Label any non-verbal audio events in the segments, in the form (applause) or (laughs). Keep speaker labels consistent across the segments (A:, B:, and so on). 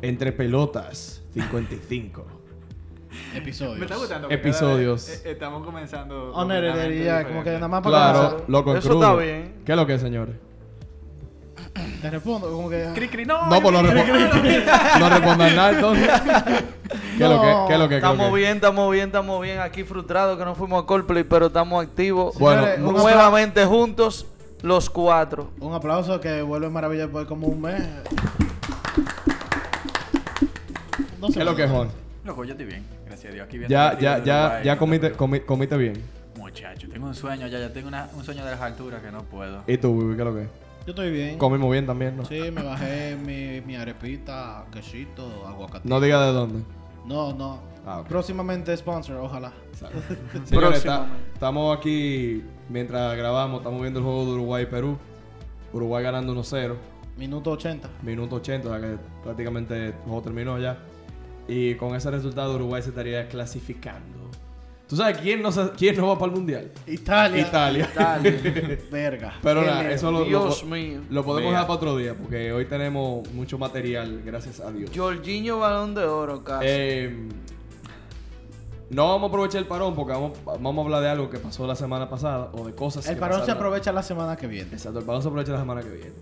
A: Entre Pelotas 55.
B: Episodios.
C: Me está gustando. porque
A: Episodios.
C: cada vez, eh, Estamos comenzando.
D: Oh,
C: con una mente
D: Honorabilidad, como que
C: diferente.
D: nada más para
A: Claro,
D: comenzar.
A: loco en
E: Ah, Eso
A: crudo.
E: está bien.
A: ¿Qué es lo que es, señores?
D: Te respondo, como que.
C: Cri, cri, no.
A: No, pues no, respo- no respondan nada entonces. ¿Qué es lo que? ¿Qué es lo que? ¿Qué es lo
E: Estamos
A: que?
E: bien, estamos bien, estamos bien. Aquí frustrados que no fuimos a Coldplay, pero estamos activos. Eh,
A: Bueno,
D: Señores, un apla-
E: Nuevamente juntos, los cuatro.
D: un aplauso que vuelve maravilla después de como un mes. No
A: ¿Qué es lo que es, Juan?
C: Loco, yo estoy bien. Gracias a Dios. Aquí viendo
A: Ya,
C: partidos
A: ya,
C: de
A: ya,
C: Uruguay,
A: ya
C: no
A: comiste,
C: te preocupes.
A: comi- comiste bien.
C: Muchacho, tengo un sueño ya. Ya tengo una- un sueño de las alturas que no puedo.
A: ¿Y tú, Bibi, qué es lo que es?
D: Yo estoy bien.
A: Comimos bien también, ¿no?
D: Sí, me bajé mi, mi arepita, quesito, aguacate.
A: No digas de
E: (laughs)
A: dónde.
D: No, no.
A: Ah, ok.
D: Próximamente sponsor, ojalá.
A: Señores, está- estamos aquí mientras grabamos, estamos viendo el juego de Uruguay y Perú. Uruguay ganando 1-0,
D: Minuto 80.
A: minuto 80, o sea que prácticamente el juego terminó ya. Y con ese resultado Uruguay se estaría clasificando. ¿Tú sabes quién no, se- quién no va para el Mundial?
D: Italia.
A: Italia.
E: (laughs)
D: Verga.
A: Pero
D: Qué
A: nada,
D: lejos.
A: eso lo, lo,
E: Dios
A: po-
E: mío.
A: lo podemos
C: Vea.
A: dejar para otro día porque hoy tenemos mucho material, gracias a Dios.
E: Jorginho Balón de Oro, casi.
A: Eh, no vamos a aprovechar el parón porque vamos, vamos a hablar de algo que pasó la semana pasada o de cosas
D: El
A: que
D: parón se
A: pasaron.
D: aprovecha la semana que viene.
A: Exacto, el balón se aprovecha la semana que viene.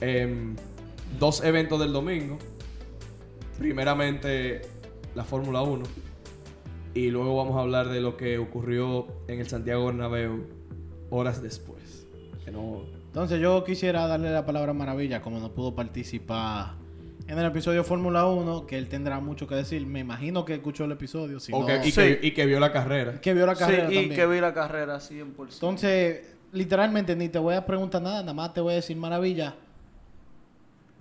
A: Em, dos eventos del domingo. Primeramente, la Fórmula 1. Y luego vamos a hablar de lo que ocurrió en el Santiago Bernabéu horas después. Que no-
D: Entonces yo quisiera darle la palabra a Maravilla, como no pudo participar en el episodio Fórmula 1, que él tendrá mucho que decir. Me imagino que escuchó el episodio, si
A: o
D: no,
A: que- y,
E: Sí.
A: que, y que vio la carrera.
D: que vio la
E: Sí,
D: carrera
E: y
D: también.
E: que vi la carrera 100%.
D: Entonces, literalmente ni te voy a preguntar nada, nada más te voy a decir Maravilla.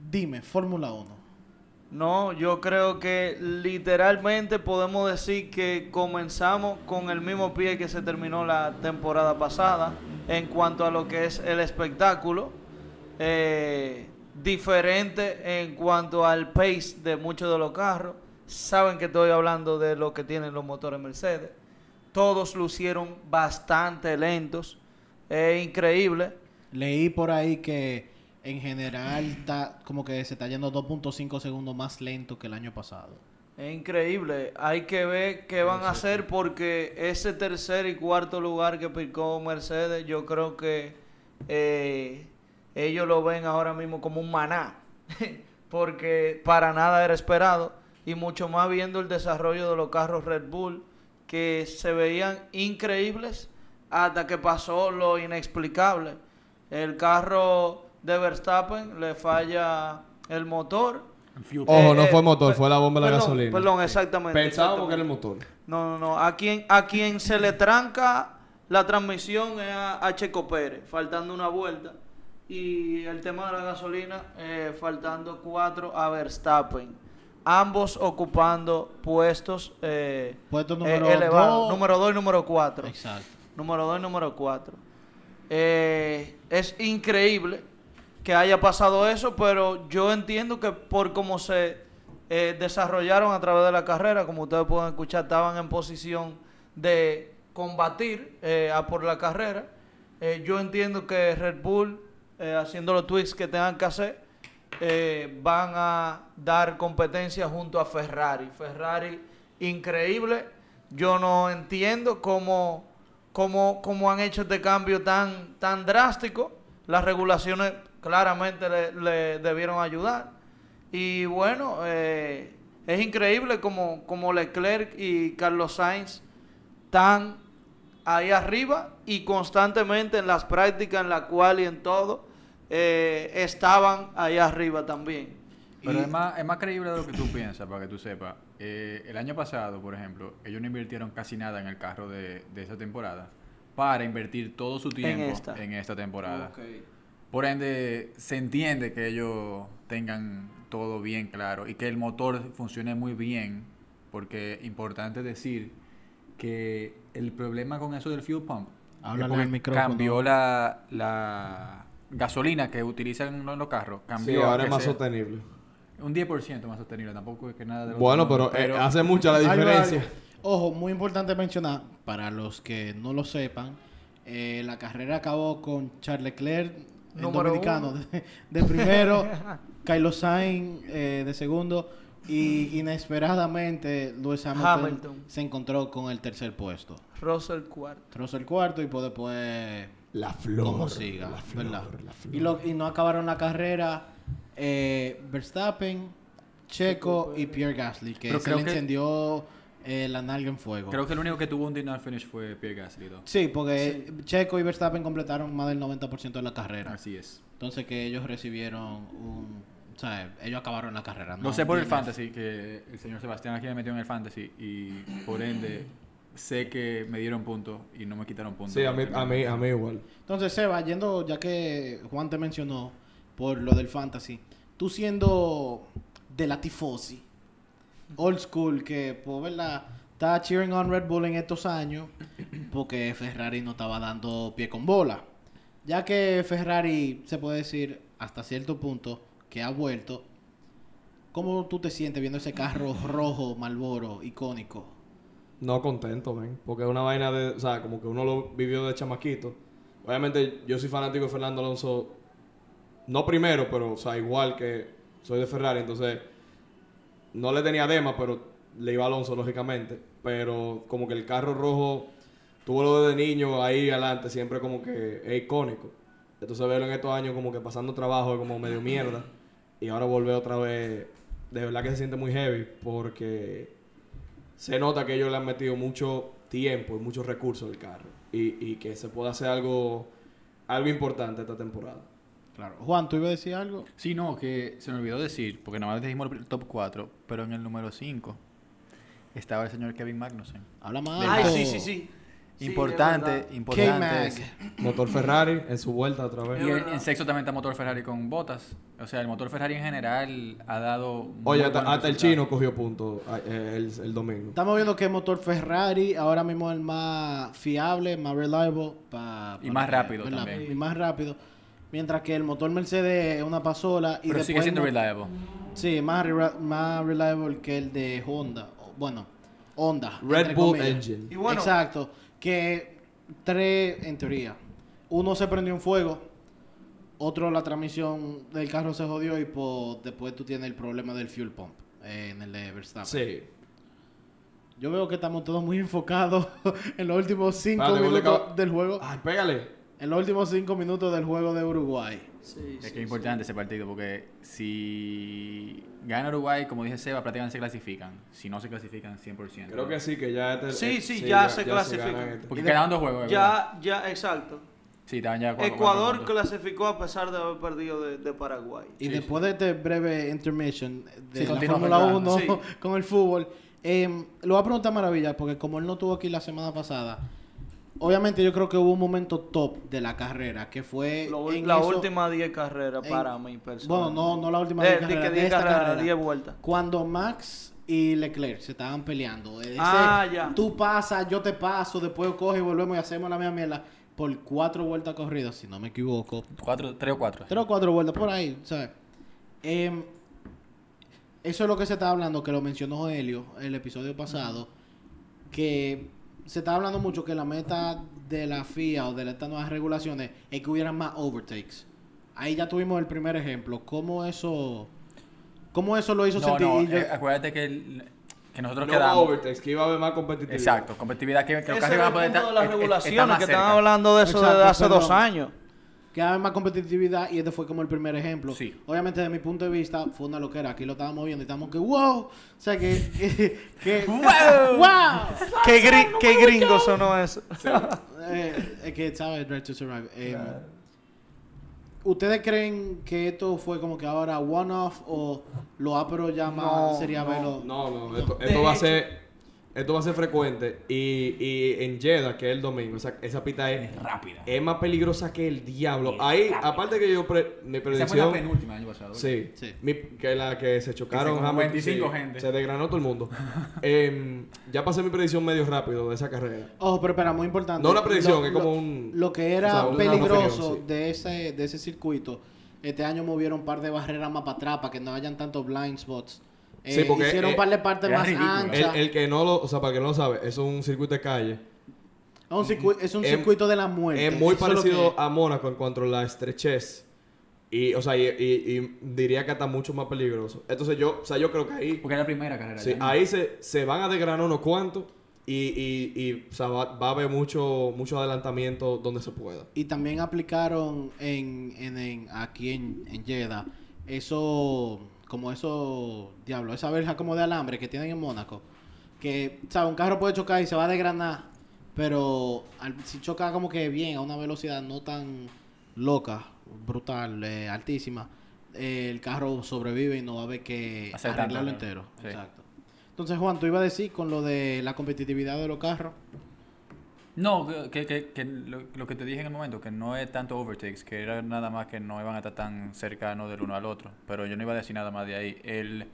D: Dime, Fórmula 1.
E: No, yo creo que literalmente podemos decir que comenzamos con el mismo pie que se terminó la temporada pasada en cuanto a lo que es el espectáculo. Eh, diferente en cuanto al pace de muchos de los carros. Saben que estoy hablando de lo que tienen los motores Mercedes. Todos lucieron bastante lentos. Es increíble.
D: Leí por ahí que en general está como que se está yendo 2.5 segundos más lento que el año pasado.
E: Es increíble. Hay que ver qué van a hacer porque ese tercer y cuarto lugar que picó Mercedes, yo creo que eh, ellos lo ven ahora mismo como un maná. (laughs) porque para nada era esperado. Y mucho más viendo el desarrollo de los carros Red Bull que se veían increíbles hasta que pasó lo inexplicable. El carro de Verstappen le falla el motor.
A: Ojo, no
E: Eh,
A: fue
E: eh,
A: motor,
E: per-
A: fue la bomba de la
E: perdón,
A: gasolina.
E: Perdón, exactamente.
A: Pensábamos que era el
E: exactamente.
A: motor.
E: No, no, no. A quien, a quien se le tranca la transmisión es a, a Checo Pérez, faltando una vuelta. Y el tema de la gasolina, eh, faltando cuatro a Verstappen. Ambos ocupando puestos eh,
D: Puesto
E: eh,
D: número dos.
E: elevados. Número 2 y número 4.
D: Exacto.
E: Número 2 y número 4. es increíble que haya pasado eso, pero yo entiendo que por cómo se eh, desarrollaron a través de la carrera, como ustedes pueden escuchar, estaban en posición de combatir eh, a por la carrera. Eh, yo entiendo que Red Bull, eh, haciendo los tweaks que tengan que hacer, eh, van a dar competencia junto a Ferrari. Ferrari, increíble. Yo no entiendo cómo, cómo, cómo han hecho este cambio tan, tan drástico. Las regulaciones claramente le, le debieron ayudar. Y bueno, eh, es increíble como, como Leclerc y Carlos Sainz están ahí arriba y constantemente en las prácticas, en la cual y en todo, eh, estaban ahí arriba también.
C: Pero
D: Y-
C: es, más, es más creíble de lo que tú piensas, para que tú sepas. Eh, el año pasado, por ejemplo, ellos no invirtieron casi nada en el carro de, de esa temporada para invertir todo su tiempo en esta,
E: esta.
C: temporada.
E: Ok.
C: Por ende, se entiende que ellos tengan todo bien claro y que el motor funcione muy bien, porque es importante decir que el problema con eso del fuel pump es
D: Háblale
C: porque
D: al micrófono.
C: cambió la, la gasolina que utilizan los los carros. Cambió
A: Sí,
C: a
A: ahora
C: que
A: es más
C: sea-
A: sostenible.
C: un 10% más sostenible, tampoco es que nada de lo
A: Bueno,
C: otro
A: pero,
C: mundo,
A: eh, hace mucha la
D: Algo-
A: diferencia.
D: Ojo, muy importante mencionar, para los que no lo sepan, eh, la carrera acabó con Charles Leclerc, el
E: Número (laughs)
D: dominicano, de, de primero, Carlos Sainz eh, de segundo, Y inesperadamente Lewis Hamilton,
E: Hamilton.
D: se encontró con el tercer puesto.
E: Russell cuarto.
D: Trozo el cuarto y pues después
A: La flor.
D: como siga,
A: la flor,
D: ¿verdad?
A: la flor.
D: Y, lo- y no acabaron la carrera eh, Verstappen, Checo eh, y Pierre Gasly, que
C: Pero
D: se
C: creo
D: le
C: que-
D: incendió eh, la nalga en fuego.
C: Creo que el único que tuvo un dinner finish fue Pierre Gasly. ¿no?
D: Sí, porque Checo y Verstappen completaron más del 90% de la carrera.
C: Así es.
D: Entonces que ellos recibieron un... O sea, ellos acabaron la carrera.
C: Lo sé por el
D: Tiene-
C: fantasy, que el señor Sebastián aquí me metió en el fantasy y por ende sé que me dieron puntos y no me quitaron puntos.
A: Sí, a mí, a mí, a mí igual.
D: Entonces, Seba, yendo, ya que Juan te mencionó por lo del fantasy, tú siendo de la tifosi, old school, que por verdad está cheering on Red Bull en estos años, porque Ferrari no estaba dando pie con bola. Ya que Ferrari se puede decir hasta cierto punto que ha vuelto, ¿cómo tú te sientes viendo ese carro rojo, Malboro, icónico?
A: No contento, ven. Porque es una vaina de. O sea, como que uno lo vivió de chamaquito. Obviamente, yo soy fanático de Fernando Alonso. No primero, pero, o sea, igual que soy de Ferrari. Entonces, no le tenía dema, pero le iba a Alonso, lógicamente. Pero, como que el carro rojo tuvo lo de niño ahí adelante, siempre como que es icónico. Entonces, verlo en estos años como que pasando trabajo, es como medio mierda. Y ahora volver otra vez. De verdad que se siente muy heavy, porque se nota que ellos le han metido mucho tiempo y muchos recursos al carro y, y que se puede hacer algo algo importante esta
E: (coughs)
A: temporada.
D: Claro. Juan, ¿tú ibas a decir algo?
C: Sí, no, que se me olvidó decir, porque nada más dijimos el top 4, pero en el número 5 estaba el señor Kevin Magnussen.
D: Habla más.
C: Del
E: Ay,
D: alto.
C: Max.
E: sí, sí, sí. Sí, de
C: Importante,
E: verdad.
C: importante.
D: K-Mag.
A: Motor Ferrari en su vuelta otra
C: Y
A: vez.
C: en, en sexto también está motor Ferrari con botas. O sea, el motor Ferrari en general ha dado. muy
A: Oye, hasta,
C: buenos
A: hasta el
C: resultados.
A: chino cogió punto a- eh, el, el domingo.
D: Estamos viendo que el motor Ferrari ahora mismo es el más fiable, más reliable. pa-
C: Y
D: pa-
C: más rápido
D: ¿verdad?
C: también.
D: Y más rápido. Mientras que el motor Mercedes es una pasola. Y
C: Pero sigue
D: después
C: siendo
D: el mo-
C: reliable.
D: Sí, más, re- más reliable que el de Honda. O- Bueno, Honda.
A: Red
D: entre
A: Bull
D: comillas.
A: Engine.
E: Y bueno,
D: Exacto. Que tres, en teoría. Uno se prendió en fuego. Otro, la transmisión del carro se jodió. Y po- después tú tienes el problema del fuel pump eh, en el de Verstappen.
A: Sí.
D: Yo veo que estamos todos muy enfocados (laughs) en los últimos cinco
A: Espérate, gol de
D: minutos
A: cab-
D: del juego.
A: Ay, pégale.
D: En los últimos cinco minutos del juego de Uruguay.
E: sí,
C: Es
E: sí,
C: que es importante ese partido porque si gana Uruguay, como dije Seba, prácticamente se clasifican. Si no se clasifican 100%.
A: Creo que sí, que ya este-
E: Sí,
A: eh,
E: sí, ya se
A: ganan
E: clasifican.
A: este.
C: Porque quedaban dos juegos.
E: sí.
C: ¿verdad?
E: Ya, ya, exacto.
C: Sí, estaban ya cuatro-
E: Ecuador
C: cuatro puntos.
E: clasificó a pesar de haber perdido de, de Paraguay.
D: Y después de este breve intermission de
C: Sí,
D: la
C: continúa,
D: Fórmula
C: continúa.
D: 1
E: Sí.
D: (laughs) con el fútbol, eh, lo voy a preguntar a Maravilla, porque como él no estuvo aquí la semana pasada, obviamente yo creo que hubo un momento top de la carrera, que fue...
E: Lo-
D: Eh, en
E: la
D: eso-
E: última 10 carreras
D: en-
E: para mi persona.
D: Bueno, no, no la última
E: Eh,
D: diez
E: di que
D: carreras, de
E: 10
D: esta
E: carreras,
D: carrera.
E: 10 vueltas.
D: cuando Max y Leclerc se estaban peleando. Ese,
E: Ah, ya.
D: Tú pasas, yo te paso, después coge y volvemos y hacemos la misma mierda por cuatro vueltas corridas, si no me equivoco.
C: Cuatro, tres o cuatro.
D: Tres o cuatro vueltas por ahí, ¿sabes? Em, eso es lo que se estaba hablando, que lo mencionó Helio el episodio pasado, que se estaba hablando mucho que la meta de la FIA o de estas nuevas regulaciones es que hubieran más overtakes. Ahí ya tuvimos el primer ejemplo. ¿Cómo eso, cómo eso lo hizo
C: No,
D: sentir?
C: no,
D: Y yo-
C: eh, acuérdate que, el- que nosotros
A: No
C: quedamos.
A: overtakes, que iba a haber más competitividad.
C: Exacto, competitividad que creo
E: Ese
C: que casi
E: era
C: van
E: el
C: a poder
E: punto de
C: estar-
E: las
C: es- es-
E: regulaciones
C: eh, está más
E: que
C: cerca.
E: están hablando de eso
D: Exacto,
E: desde hace
D: perdón.
E: dos años.
D: que haya más competitividad y este fue como el primer ejemplo.
C: Sí.
D: Obviamente desde mi punto de vista fue una loquera, aquí lo estábamos viendo y estábamos que wow, o sea que, que, (laughs) que-
C: Wow.
D: wow.
E: ¿Qué, gri- qué gringo sonó eso?
D: Eh, es que sabes Drive to Survive. Eh, ¿Ustedes creen que esto fue como que ahora one off o lo apro ya más
E: No,
D: sería
E: no,
D: verlo?
A: No, no, esto,
E: De
A: esto va a
E: hecho-
A: ser esto va a ser frecuente y, y en Jeddah, que es el domingo, esa, esa pita es
C: Rápida.
A: es más peligrosa que el diablo.
C: Es
A: Ahí,
C: rápida.
A: aparte que yo pre- mi
C: Esa fue la
A: predicción
C: penúltima el año pasado.
A: Sí.
D: Sí.
A: Mi- que la que se chocaron.
C: Que se como
A: Hamilton,
C: 25
A: sí,
C: gente.
A: Se desgranó todo el
C: (laughs)
A: mundo. Em, ya pasé mi predicción medio rápido de esa carrera.
D: Ojo, Oh, pero espera, muy importante.
A: No una predicción,
D: Lo-
A: es como
D: lo-
A: un-
D: Lo que
A: o
D: era
A: sea, una
D: peligroso
A: opinión, sí.
D: de, ese, de ese circuito, este año movieron un par de barreras más para atrás para que no hayan tantos blind spots. Eh,
A: Sí, porque,
D: hicieron
A: eh,
D: un par de partes
C: era
D: más
C: ridículo.
A: El,
D: anchas.
A: el que no lo, o sea, para el que no lo sabe, eso es un circuito de calle.
D: es un, circu- es un
A: es-
D: circuito de la muerte.
A: em, Es muy
D: Eso lo
A: parecido
D: que-
A: a Mónaco en cuanto a la estrechez. Y, o sea, y, y- y diría que hasta mucho más peligroso. Entonces yo, o sea, yo creo que ahí,
C: Porque es la primera carrera.
A: sí,
C: ya, ¿no?
A: ahí se, se van a desgranar unos cuantos y, y, y, o sea, va, va a haber mucho, mucho adelantamiento donde se pueda.
D: Y también aplicaron en, en, en- aquí en, en Jeddah eso, como eso, diablo, esa verja como de alambre que tienen en Mónaco. Que, o sea, un carro puede chocar y se va a desgranar, pero al- si choca como que bien, a una velocidad no tan loca, brutal, eh, altísima, eh, el carro sobrevive y no va a haber que
C: Hacer tanto
D: arreglarlo
C: daño.
D: entero.
C: Sí.
D: Exacto. Entonces, Juan, tú ibas a decir con lo de la competitividad de los carros.
C: No, que, que- que lo, lo que te dije en el momento, que no es tanto overtakes, que era nada más que no iban a estar tan cercanos del uno al otro. Pero yo no iba a decir nada más de ahí. El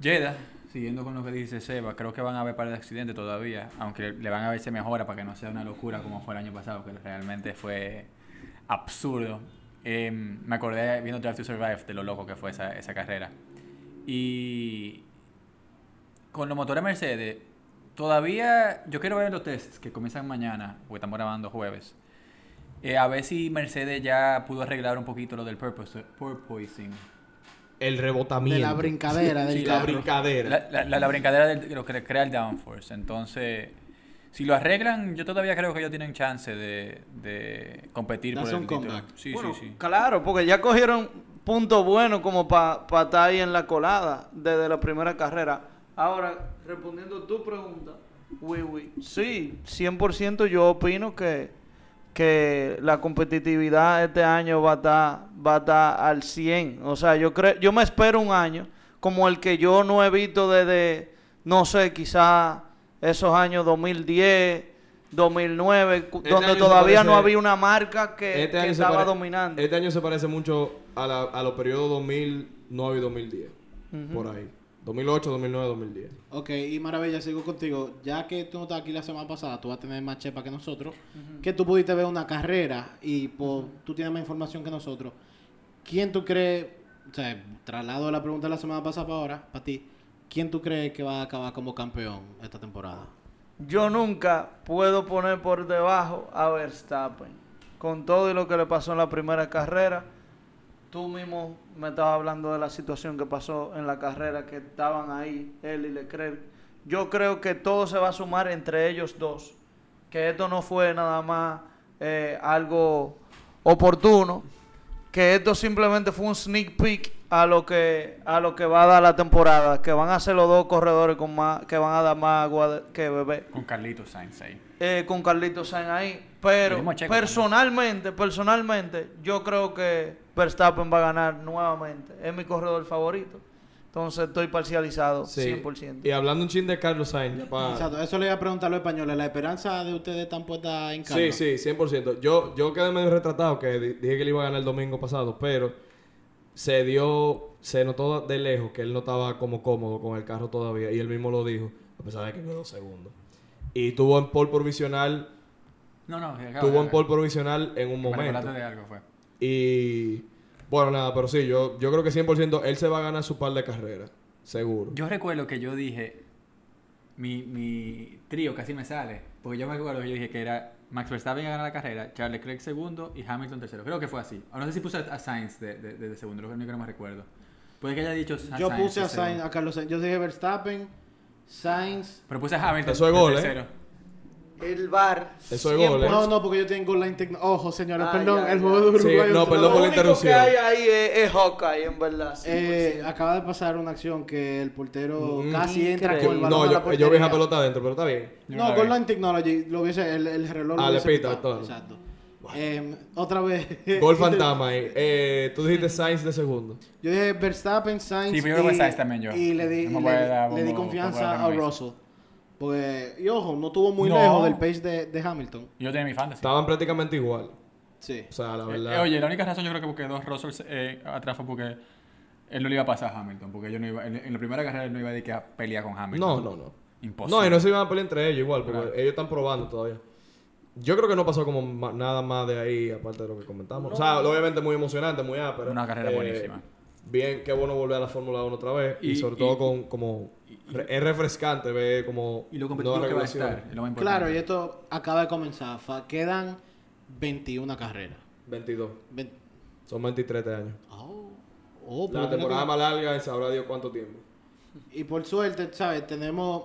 C: Jeddah, siguiendo con lo que dice Seba, creo que van a haber par de accidentes todavía, aunque le van a verse mejora para que no sea una locura como fue el año pasado, que realmente fue absurdo. Em, me acordé viendo Drive to Survive de lo loco que fue esa, esa carrera. Y con los motores Mercedes, todavía yo quiero ver los tests que comienzan mañana, porque estamos grabando jueves. Eh, a ver si Mercedes ya pudo arreglar un poquito lo del purpose- purposing.
A: El rebotamiento.
D: De la brincadera del
A: Sí, la
D: carro.
A: brincadera.
C: La, la- la- la brincadera del- de lo que crea el downforce. Entonces, si lo arreglan, yo todavía creo que ellos tienen chance de, de competir
D: De
C: por
D: hacer
C: el
D: un
C: título.
D: comeback.
C: Sí,
E: Bueno,
C: sí, sí.
E: Claro, porque ya cogieron puntos buenos como para estar ahí en la colada desde la primera carrera. Ahora, respondiendo tu pregunta, oui, oui, sí, 100% yo opino que, que la competitividad este año va a estar va a estar al 100. O sea, yo creo yo me espero un año como el que yo no he visto desde no sé, quizá esos años 2010, 2009, cu-
A: Este
E: donde
A: año se
E: todavía no
A: parece-
E: había una marca que que, que
A: Este se
E: estaba
A: pare-
E: dominando.
A: Este año se parece mucho a, la- a los periodos 2009 y 2010. Por ahí. 2008, 2009, 2010.
D: Ok, y Maravilla, sigo contigo. Ya que tú no estás aquí la semana pasada, tú vas a tener más chepa que nosotros. Que tú pudiste ver una carrera y po, tú tienes más información que nosotros. ¿Quién tú crees, o sea, traslado la pregunta de la semana pasada para ahora, para ti, ¿quién tú crees que va a acabar como campeón esta temporada?
E: Yo nunca puedo poner por debajo a Verstappen. Con todo y lo que le pasó en la primera carrera, tú mismo me estabas hablando de la situación que pasó en la carrera, que estaban ahí él y Leclerc. Yo creo que todo se va a sumar entre ellos dos. Que esto no fue nada más eh, algo oportuno. Que esto simplemente fue un sneak peek a lo que a lo que va a dar la temporada. Que van a ser los dos corredores con más, que van a dar más agua de- que beber
C: Con Carlitos Sainz ahí.
E: eh, con Carlitos Sainz ahí. Pero
C: Veremos a Checo
E: personalmente, personalmente, yo creo que Verstappen va a ganar nuevamente. Es mi corredor favorito. Entonces estoy parcializado
A: Sí.
E: 100%.
A: Y hablando un chin de Carlos Sainz. ya pa-
D: Exacto, eso le iba a preguntar a los españoles. ¿La esperanza de ustedes está puesta en
A: Sí,
D: Carlos?
A: sí, 100%. Yo, yo quedé medio retratado que di- dije que le iba a ganar el domingo pasado, pero se dio, se notó de lejos que él no estaba como cómodo con el carro todavía y él mismo lo dijo, a pesar de que quedó segundo. Y tuvo en pole provisional,
C: No, no,
D: Ah,
C: acaba,
A: tuvo
C: acaba.
A: en pole provisional en un
C: Me
A: momento.
C: recordaste de algo fue.
A: Y bueno, nada, pero sí, yo, yo creo que 100% él se va a ganar su par de carreras, seguro.
C: Yo recuerdo que yo dije, mi, mi trío casi me sale, porque yo me acuerdo que yo dije que era Max Verstappen a ganar la carrera, Charles Leclerc segundo y Hamilton tercero. Creo que fue así. O no sé si puse a Sainz de, de, de- de segundo, lo único que no me recuerdo. Puede que haya dicho a
D: Yo
C: Sainz
D: puse
C: de
D: a Sainz,
C: segundo.
D: a Carlos Sainz. Yo dije Verstappen, Sainz.
C: Pero puse a Hamilton
A: Eso es
C: de
A: gol, ¿eh?
C: tercero.
E: El bar.
A: Eso es gol, ¿eh?
D: No, no, porque yo tengo la interna. Ojo, señores,
E: Ah,
D: perdón,
E: ya,
D: el
E: ya.
D: juego de
A: Sí,
D: Uruguay.
A: no, perdón
D: otra vez.
A: eh, por la
E: Lo único que
A: interrupción.
E: hay ahí es, es Hawkeye, en verdad.
D: Eh,
E: 100%.
D: acaba de pasar una acción que el portero
A: Mm,
D: casi entra
E: increíble.
D: con el balón
A: No,
D: a la
A: yo, yo vi esa
D: portería.
A: pelota adentro, pero está bien.
C: Yo
D: No,
C: la
D: con
C: vi.
D: Line Technology lo hubiese, el, el reloj lo
A: Ah, le
D: hubiese
A: pita,
D: pitado,
A: todo.
D: Exacto. Em, otra vez.
A: (laughs) Gol fantasma ahí. Eh, tú dijiste Sainz de segundo.
D: Yo dije Verstappen, Sainz.
C: Sí, pero yo creo que Sainz también yo.
D: Y le di,
C: No me
D: y
C: voy
D: le
C: a
D: di-
C: dar
D: le di
C: bombo,
D: confianza
C: popular que
D: a
C: no hice.
D: Russell. Porque, y ojo, no estuvo muy
C: No.
D: lejos del pace de, de Hamilton.
C: Yo tenía mi fantasy.
A: Estaban prácticamente igual.
D: Sí.
A: O sea, la
C: Eh,
A: verdad.
C: eh, oye, la única razón yo creo que porque dos Russell eh, atrás fue porque él no le iba a pasar a Hamilton, porque yo no iba, en, en la primera carrera él no iba a ir que a pelear con Hamilton.
A: No, no, no.
C: Imposible.
A: No, y no se iban a pelear entre ellos igual, porque
C: Claro.
A: ellos están probando todavía. Yo creo que no pasó como ma- nada más de ahí, aparte de lo que comentamos. O sea, obviamente muy emocionante, muy ápera.
C: Una carrera buenísima.
A: Bien, qué bueno volver a la Fórmula 1 otra vez. Y,
C: Y-
A: sobre
C: y-
A: todo con como... re- es refrescante ver como...
C: Y lo competitivo
A: nuevas
C: que va a
A: regulaciones.
C: estar. es lo más importante.
D: Claro, y esto acaba de comenzar. Fa- Quedan 21 carreras.
A: 22.
D: Ve-
A: Son 23 este año.
D: Oh, oh, pero
A: La
D: mira
A: temporada
D: que-
A: más larga y sabrá Dios cuánto tiempo.
D: Y por suerte, ¿sabes? Tenemos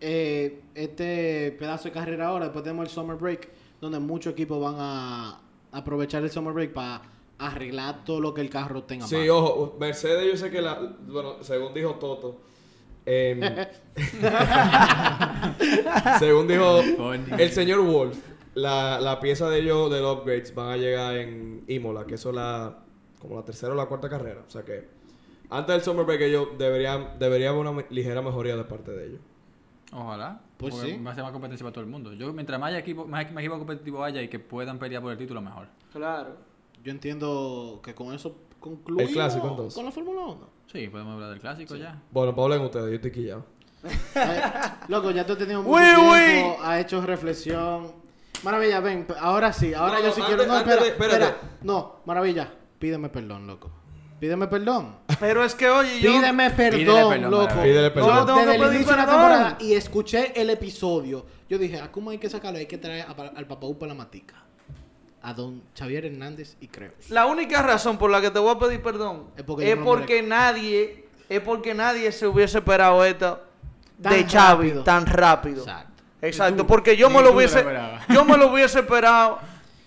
D: eh, este pedazo de carrera ahora, después tenemos el Summer Break, donde muchos equipos van a aprovechar el Summer Break para arreglar todo lo que el carro tenga
A: Sí,
D: mal.
A: ojo, Mercedes yo sé que la, bueno, según dijo Toto,
E: (laughs)
A: em, según dijo el señor Wolf, la, la pieza de ellos del upgrades van a llegar en Imola, que eso es la, como la tercera o la cuarta carrera, o sea que antes del summer break ellos deberían, debería haber una me- ligera mejoría de parte de ellos.
C: Ojalá.
D: Pues
C: porque
D: sí.
C: Va a ser más competencia para todo el mundo. Yo, mientras más, haya equipo, más, más equipo competitivo haya y que puedan pelear por el título, mejor.
E: Claro.
D: Yo entiendo que con eso concluimos
A: El clásico, entonces.
D: con la Fórmula 1.
C: Sí, podemos hablar del clásico ya.
A: Bueno, pues hablen ustedes, yo estoy quillado.
D: Eh, Loco, ya tú
A: (laughs)
D: has tenido mucho
E: Uy,
D: tiempo,
E: uy.
D: ha hecho reflexión. Maravilla, ven, p- ahora sí, ahora
A: No,
D: yo
A: no,
D: sí
A: antes-
D: quiero. No,
A: antes
D: espera,
A: de- espérate.
D: espera. No, Maravilla, pídeme perdón, loco. Pídeme perdón.
E: Pero es que, oye, yo.
D: Pídeme perdón,
C: perdón,
D: loco.
C: Maravilla.
A: Pídele perdón.
D: Yo
E: No, tengo
D: desde
E: que
D: el
E: pedir
D: inicio de la
E: perdón.
D: temporada y escuché el episodio. Yo dije, ¿a cómo hay que sacarlo? Hay que traer a pa- al papá para la matica. A don Xavier Hernández y creo.
E: La única razón por la que te voy a pedir perdón
D: Es
E: es
D: porque
E: porque,
D: yo no me
E: nadie, es porque nadie se hubiese esperado esta
D: Tan
E: de Xavi
D: rápido.
E: tan rápido.
D: Exacto.
E: Exacto,
C: Ni tú-
E: porque yo
C: ni
E: me
C: tú
E: lo
C: te lo
E: hubiese,
C: esperabas.
E: yo me lo hubiese esperado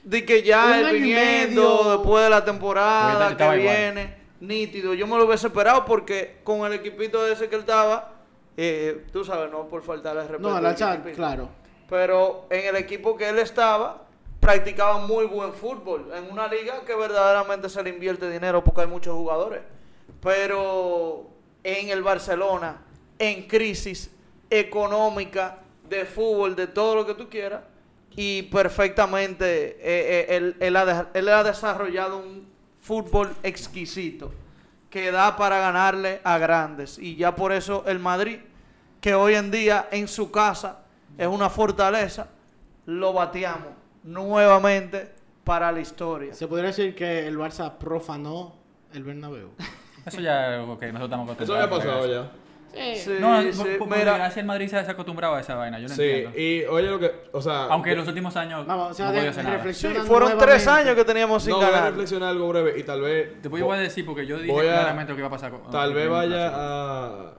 E: de que
D: Un
E: ya él
D: año y medio.
E: viniendo después de la
C: Porque
E: temporada
C: él
E: que
C: estaba igual.
E: viene, nítido, yo me lo hubiese esperado porque con el equipito ese que él estaba, eh, tú sabes, no por faltarle respeto.
D: No, a
E: al
D: la chat,
E: equipito.
D: claro.
E: Pero en el equipo que él estaba, practicaba muy buen fútbol. En una liga que verdaderamente se le invierte dinero porque hay muchos jugadores. Pero en el Barcelona, en crisis económica, de fútbol, de todo lo que tú quieras. Y perfectamente eh, eh, él, él ha de- él ha desarrollado un fútbol exquisito que da para ganarle a grandes. Y ya por eso el Madrid, que hoy en día en su casa es una fortaleza, lo bateamos nuevamente para la historia.
D: Se podría decir que el Barça profanó el Bernabéu.
C: Eso ya es algo que nosotros estamos
A: Eso
C: acostumbrados.
A: había pasado ya.
E: Sí,
C: No, no,
E: sí,
C: por, por
E: mira,
C: desgracia el Madrid se ha acostumbrado a esa vaina, yo lo
A: Sí,
C: entiendo.
A: y oye lo que, o sea,
C: Aunque en los últimos años
D: Vamos, o sea,
C: no
D: de-
C: podía hacer nada.
E: sí,
D: reflexiona
E: fueron tres
D: nuevamente.
E: años que teníamos sin
A: no, voy a
E: ganar.
A: reflexionar algo breve y tal vez
C: Te voy voy a decir porque yo dije
A: voy a-
C: claramente lo que iba a pasar. con-
A: Tal
C: con
A: vez
C: el
A: vaya
C: clásico.
A: a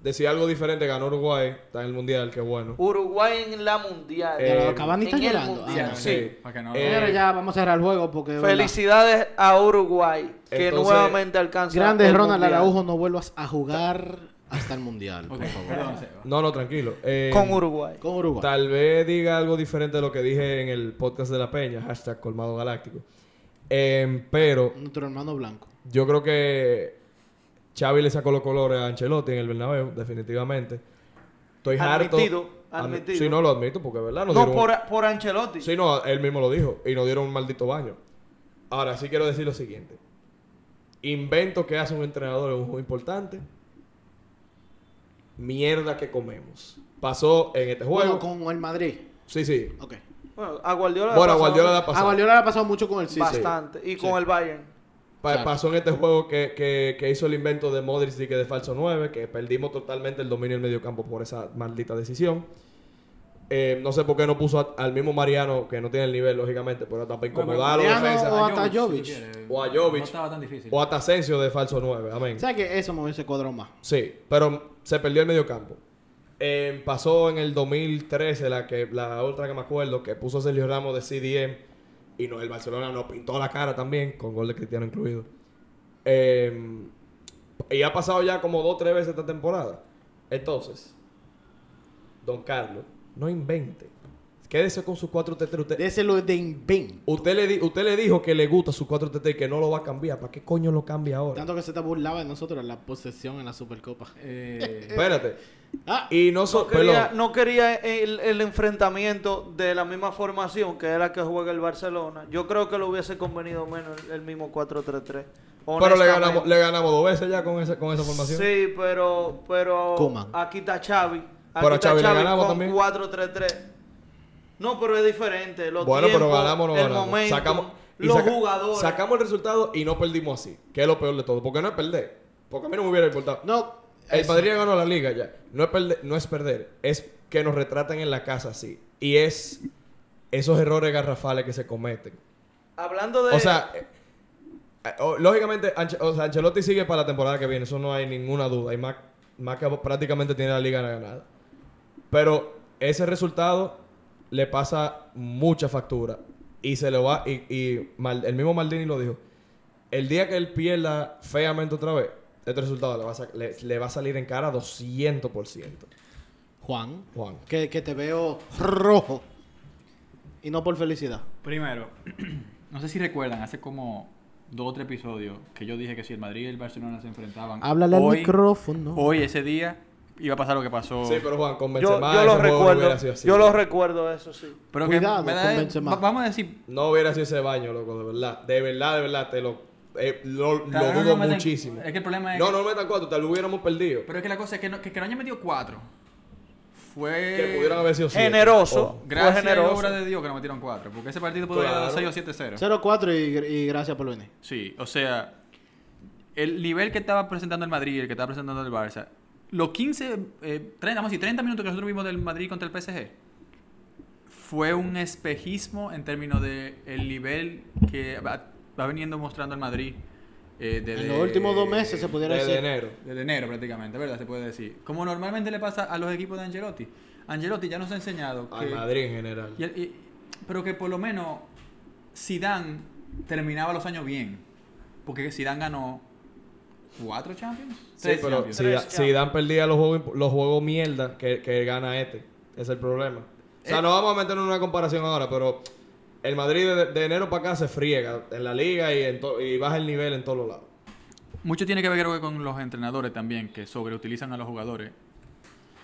A: decir algo diferente. Ganó Uruguay, está en el mundial, qué bueno.
E: Uh, Uruguay en la mundial.
A: Eh,
D: Pero Cavani está
E: en el
D: llorando.
E: Mundial.
D: Ah,
A: sí.
C: Para que no-
A: Eh,
D: Señores, ya vamos a cerrar el juego porque. ¿verdad?
E: Felicidades a Uruguay, que
A: Entonces,
E: nuevamente alcanza.
D: Grande
E: el
D: Ronald
E: Mundial.
D: Araujo, no vuelvas a jugar hasta el mundial, (laughs) por
C: Ok,
D: favor.
C: perdón, Seba.
A: No, no, tranquilo. Eh,
E: Con Uruguay.
D: Con Uruguay.
A: Tal vez diga algo diferente de lo que dije en el podcast de la Peña, hashtag colmado galáctico. Em, pero
D: Nuestro hermano blanco.
A: yo creo que Xavi le sacó los colores a Ancelotti en el Bernabéu, definitivamente. Estoy
E: Admitido,
A: harto. Admi-
E: admitido.
A: Sí, no lo admito, porque verdad no,
E: No,
A: dieron un-
E: por, por Ancelotti.
A: Sí, no, él mismo lo dijo. Y nos dieron un maldito baño. Ahora sí quiero decir lo siguiente. Invento que hace un entrenador es un juego importante. Mierda que comemos. Pasó en este juego.
D: Bueno, con el Madrid.
A: Sí, sí.
D: Ok.
E: Bueno, a Guardiola le
A: Bueno, a
E: pasó
A: Guardiola le ha
D: A
A: pasado.
D: Guardiola le ha pasado mucho con el City.
E: bastante. Y con
D: Sí.
E: el Bayern.
A: Pa-
D: Exacto.
A: Pasó en este juego que, que- que hizo el invento de Modric y que de falso 9, que perdimos totalmente el dominio del mediocampo por esa maldita decisión. Eh, no sé por qué no puso a- al mismo Mariano, que no tiene el nivel, lógicamente, pero tampoco incomodarlo.
D: Mariano
A: defensa.
D: o a Jovic.
A: O a Jovic.
C: No estaba tan difícil.
A: O hasta Asensio de falso 9. Amén.
D: O sea que eso me hubiese cuadrado más.
A: Sí, pero se perdió el mediocampo. Eh, pasó en el 2013 la que la otra que me acuerdo que puso Sergio Ramos de CDM y nos, el Barcelona nos pintó la cara también con gol de Cristiano incluido. Eh, y ha pasado ya como dos o tres veces esta temporada. Entonces, Don Carlos, no invente. Quédese con sus cuatro TT.
D: De
A: Usted,
D: ese lo de invento.
A: usted, le, di- usted le dijo que le gusta sus cuatro TT y que no lo va a cambiar. ¿Para qué coño lo cambia ahora?
D: Tanto que se te burlaba de nosotros la posesión en la Supercopa.
C: Eh,
A: Espérate.
D: (laughs) Ah,
A: Y no
E: No
A: so-
E: quería,
A: perdón.
E: no quería el, el enfrentamiento de la misma formación que es la que juega el Barcelona. Yo creo que le hubiese convenido menos el, el mismo 4-3-3.
A: Pero le
E: honestamente.
A: ganamos, le ganamos dos veces ya con esa, con esa formación.
E: Sí, pero, pero
D: Coman.
E: aquí está Xavi. Aquí
A: Pero a
E: está
A: Xavi le
E: Xavi
A: ganamos
E: con
A: también.
E: 4-3-3. No, pero es diferente. Los
A: bueno, pero
E: tiempos,
A: ganamos o no
E: el
A: ganamos.
E: momento,
A: sacamos, y
E: los
A: saca-
E: jugadores.
A: Sacamos el resultado y no perdimos así. Que es lo peor de todo. Porque no es perder. Porque a mí no me hubiera importado.
D: no.
A: el
D: eso.
A: Madrid ya ganó la liga ya. No es, perder, no es perder. Es que nos retraten en la casa así. Y es esos errores garrafales que se cometen.
E: Hablando de...
A: O sea, eh, eh, o- lógicamente, Anche- o sea, Ancelotti sigue para la temporada que viene, eso no hay ninguna duda. Y más, más que prácticamente tiene la liga ganada. Pero ese resultado le pasa mucha factura. Y se lo va. Y, y Mal- el mismo Maldini lo dijo. El día que él pierda feamente otra vez, este resultado le va a, sa- le- le va a salir en cara 200%.
D: Juan,
A: Juan.
D: que, que te veo rojo. Y no por felicidad.
C: Primero, (clears throat) no sé si recuerdan, hace como dos o tres episodios que yo dije que si el Madrid y el Barcelona se enfrentaban.
D: Háblale al
C: hoy,
D: micrófono.
C: Hoy, ese día, iba a pasar lo que pasó.
A: Sí, pero Juan, con
E: Oh. Yo,
A: Benzema
E: yo
A: ese
E: lo
A: juego no
E: recuerdo.
A: hubiera sido así.
E: Yo lo recuerdo eso, sí.
C: Pero
D: Cuidado
C: que, me da-
D: con Benzema.
C: va- Vamos a decir,
A: No hubiera sido ese baño, loco, de verdad. De verdad, de verdad, te lo, eh, lo,
C: Claro,
A: lo
C: no,
A: dudo
C: no meten-
A: muchísimo.
C: es que el problema es
A: No,
C: que-
A: no metan cuatro, tal vez hubiéramos perdido.
C: Pero es que la cosa es que no, que, que no hayan metido cuatro. Fue.
A: que pudieran haber sido siete.
E: Generoso.
A: Oh,
C: Gracias
E: Fue
C: a
E: generoso.
C: obra de Dios que no metieron cuatro. Porque ese partido podría haber
A: Claro.
C: dado 6 o 7-0.
D: 0-4 y, y gracias por venir.
C: Sí, o sea. El nivel que estaba presentando el Madrid y el que estaba presentando el Barça. Los 15, eh, 30, vamos a decir, 30 minutos que nosotros vimos del Madrid contra el PSG. Fue un espejismo en términos de el nivel que va, va veniendo mostrando el Madrid. eh, desde-
D: en los últimos dos meses se pudiera
A: desde
D: decir.
A: enero.
C: Desde enero prácticamente, ¿verdad? Se puede decir. Como normalmente le pasa a los equipos de Angelotti. Angelotti ya nos ha enseñado que...
A: Al Madrid en general.
C: y el- y- pero que por lo menos Zidane terminaba los años bien. Porque Zidane ganó cuatro Champions.
A: Sí,
C: Tres
A: pero
C: Champions.
A: si,
E: Tres
A: Da-
E: Champions.
A: si Dan perdía los juegos, imp- los juegos mierda que, que gana este, ese es el problema. O sea, no vamos a meter en una comparación ahora, pero el Madrid de, de enero para acá se friega en la liga y, en to- y baja el nivel en todos los lados.
C: Mucho tiene que ver creo que con los entrenadores también, que sobreutilizan a los jugadores.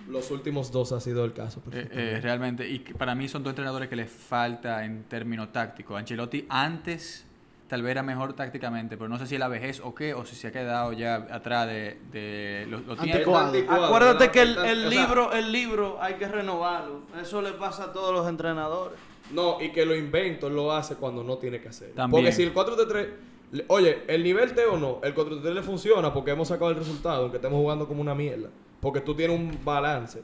A: Los últimos dos ha sido el caso.
C: Eh,
A: perfectamente.
C: eh, realmente, y que para mí son dos entrenadores que les falta en términos tácticos. Ancelotti antes tal vez era mejor tácticamente, pero no sé si la vejez o qué, o si se ha quedado ya atrás de, de lo, lo tiene-
D: Anticuado.
E: Acuérdate que el,
A: Está-
E: el
A: o sea,
E: libro, el libro hay que renovarlo. Eso le pasa a todos los entrenadores.
A: No, y que lo invento lo hace cuando no tiene que hacer.
C: También.
A: Porque si el 4-3-3. le- Oye, el nivel te o no, el 4-3-3 le funciona porque hemos sacado el resultado, aunque estemos jugando como una mierda. Porque tú tienes un balance.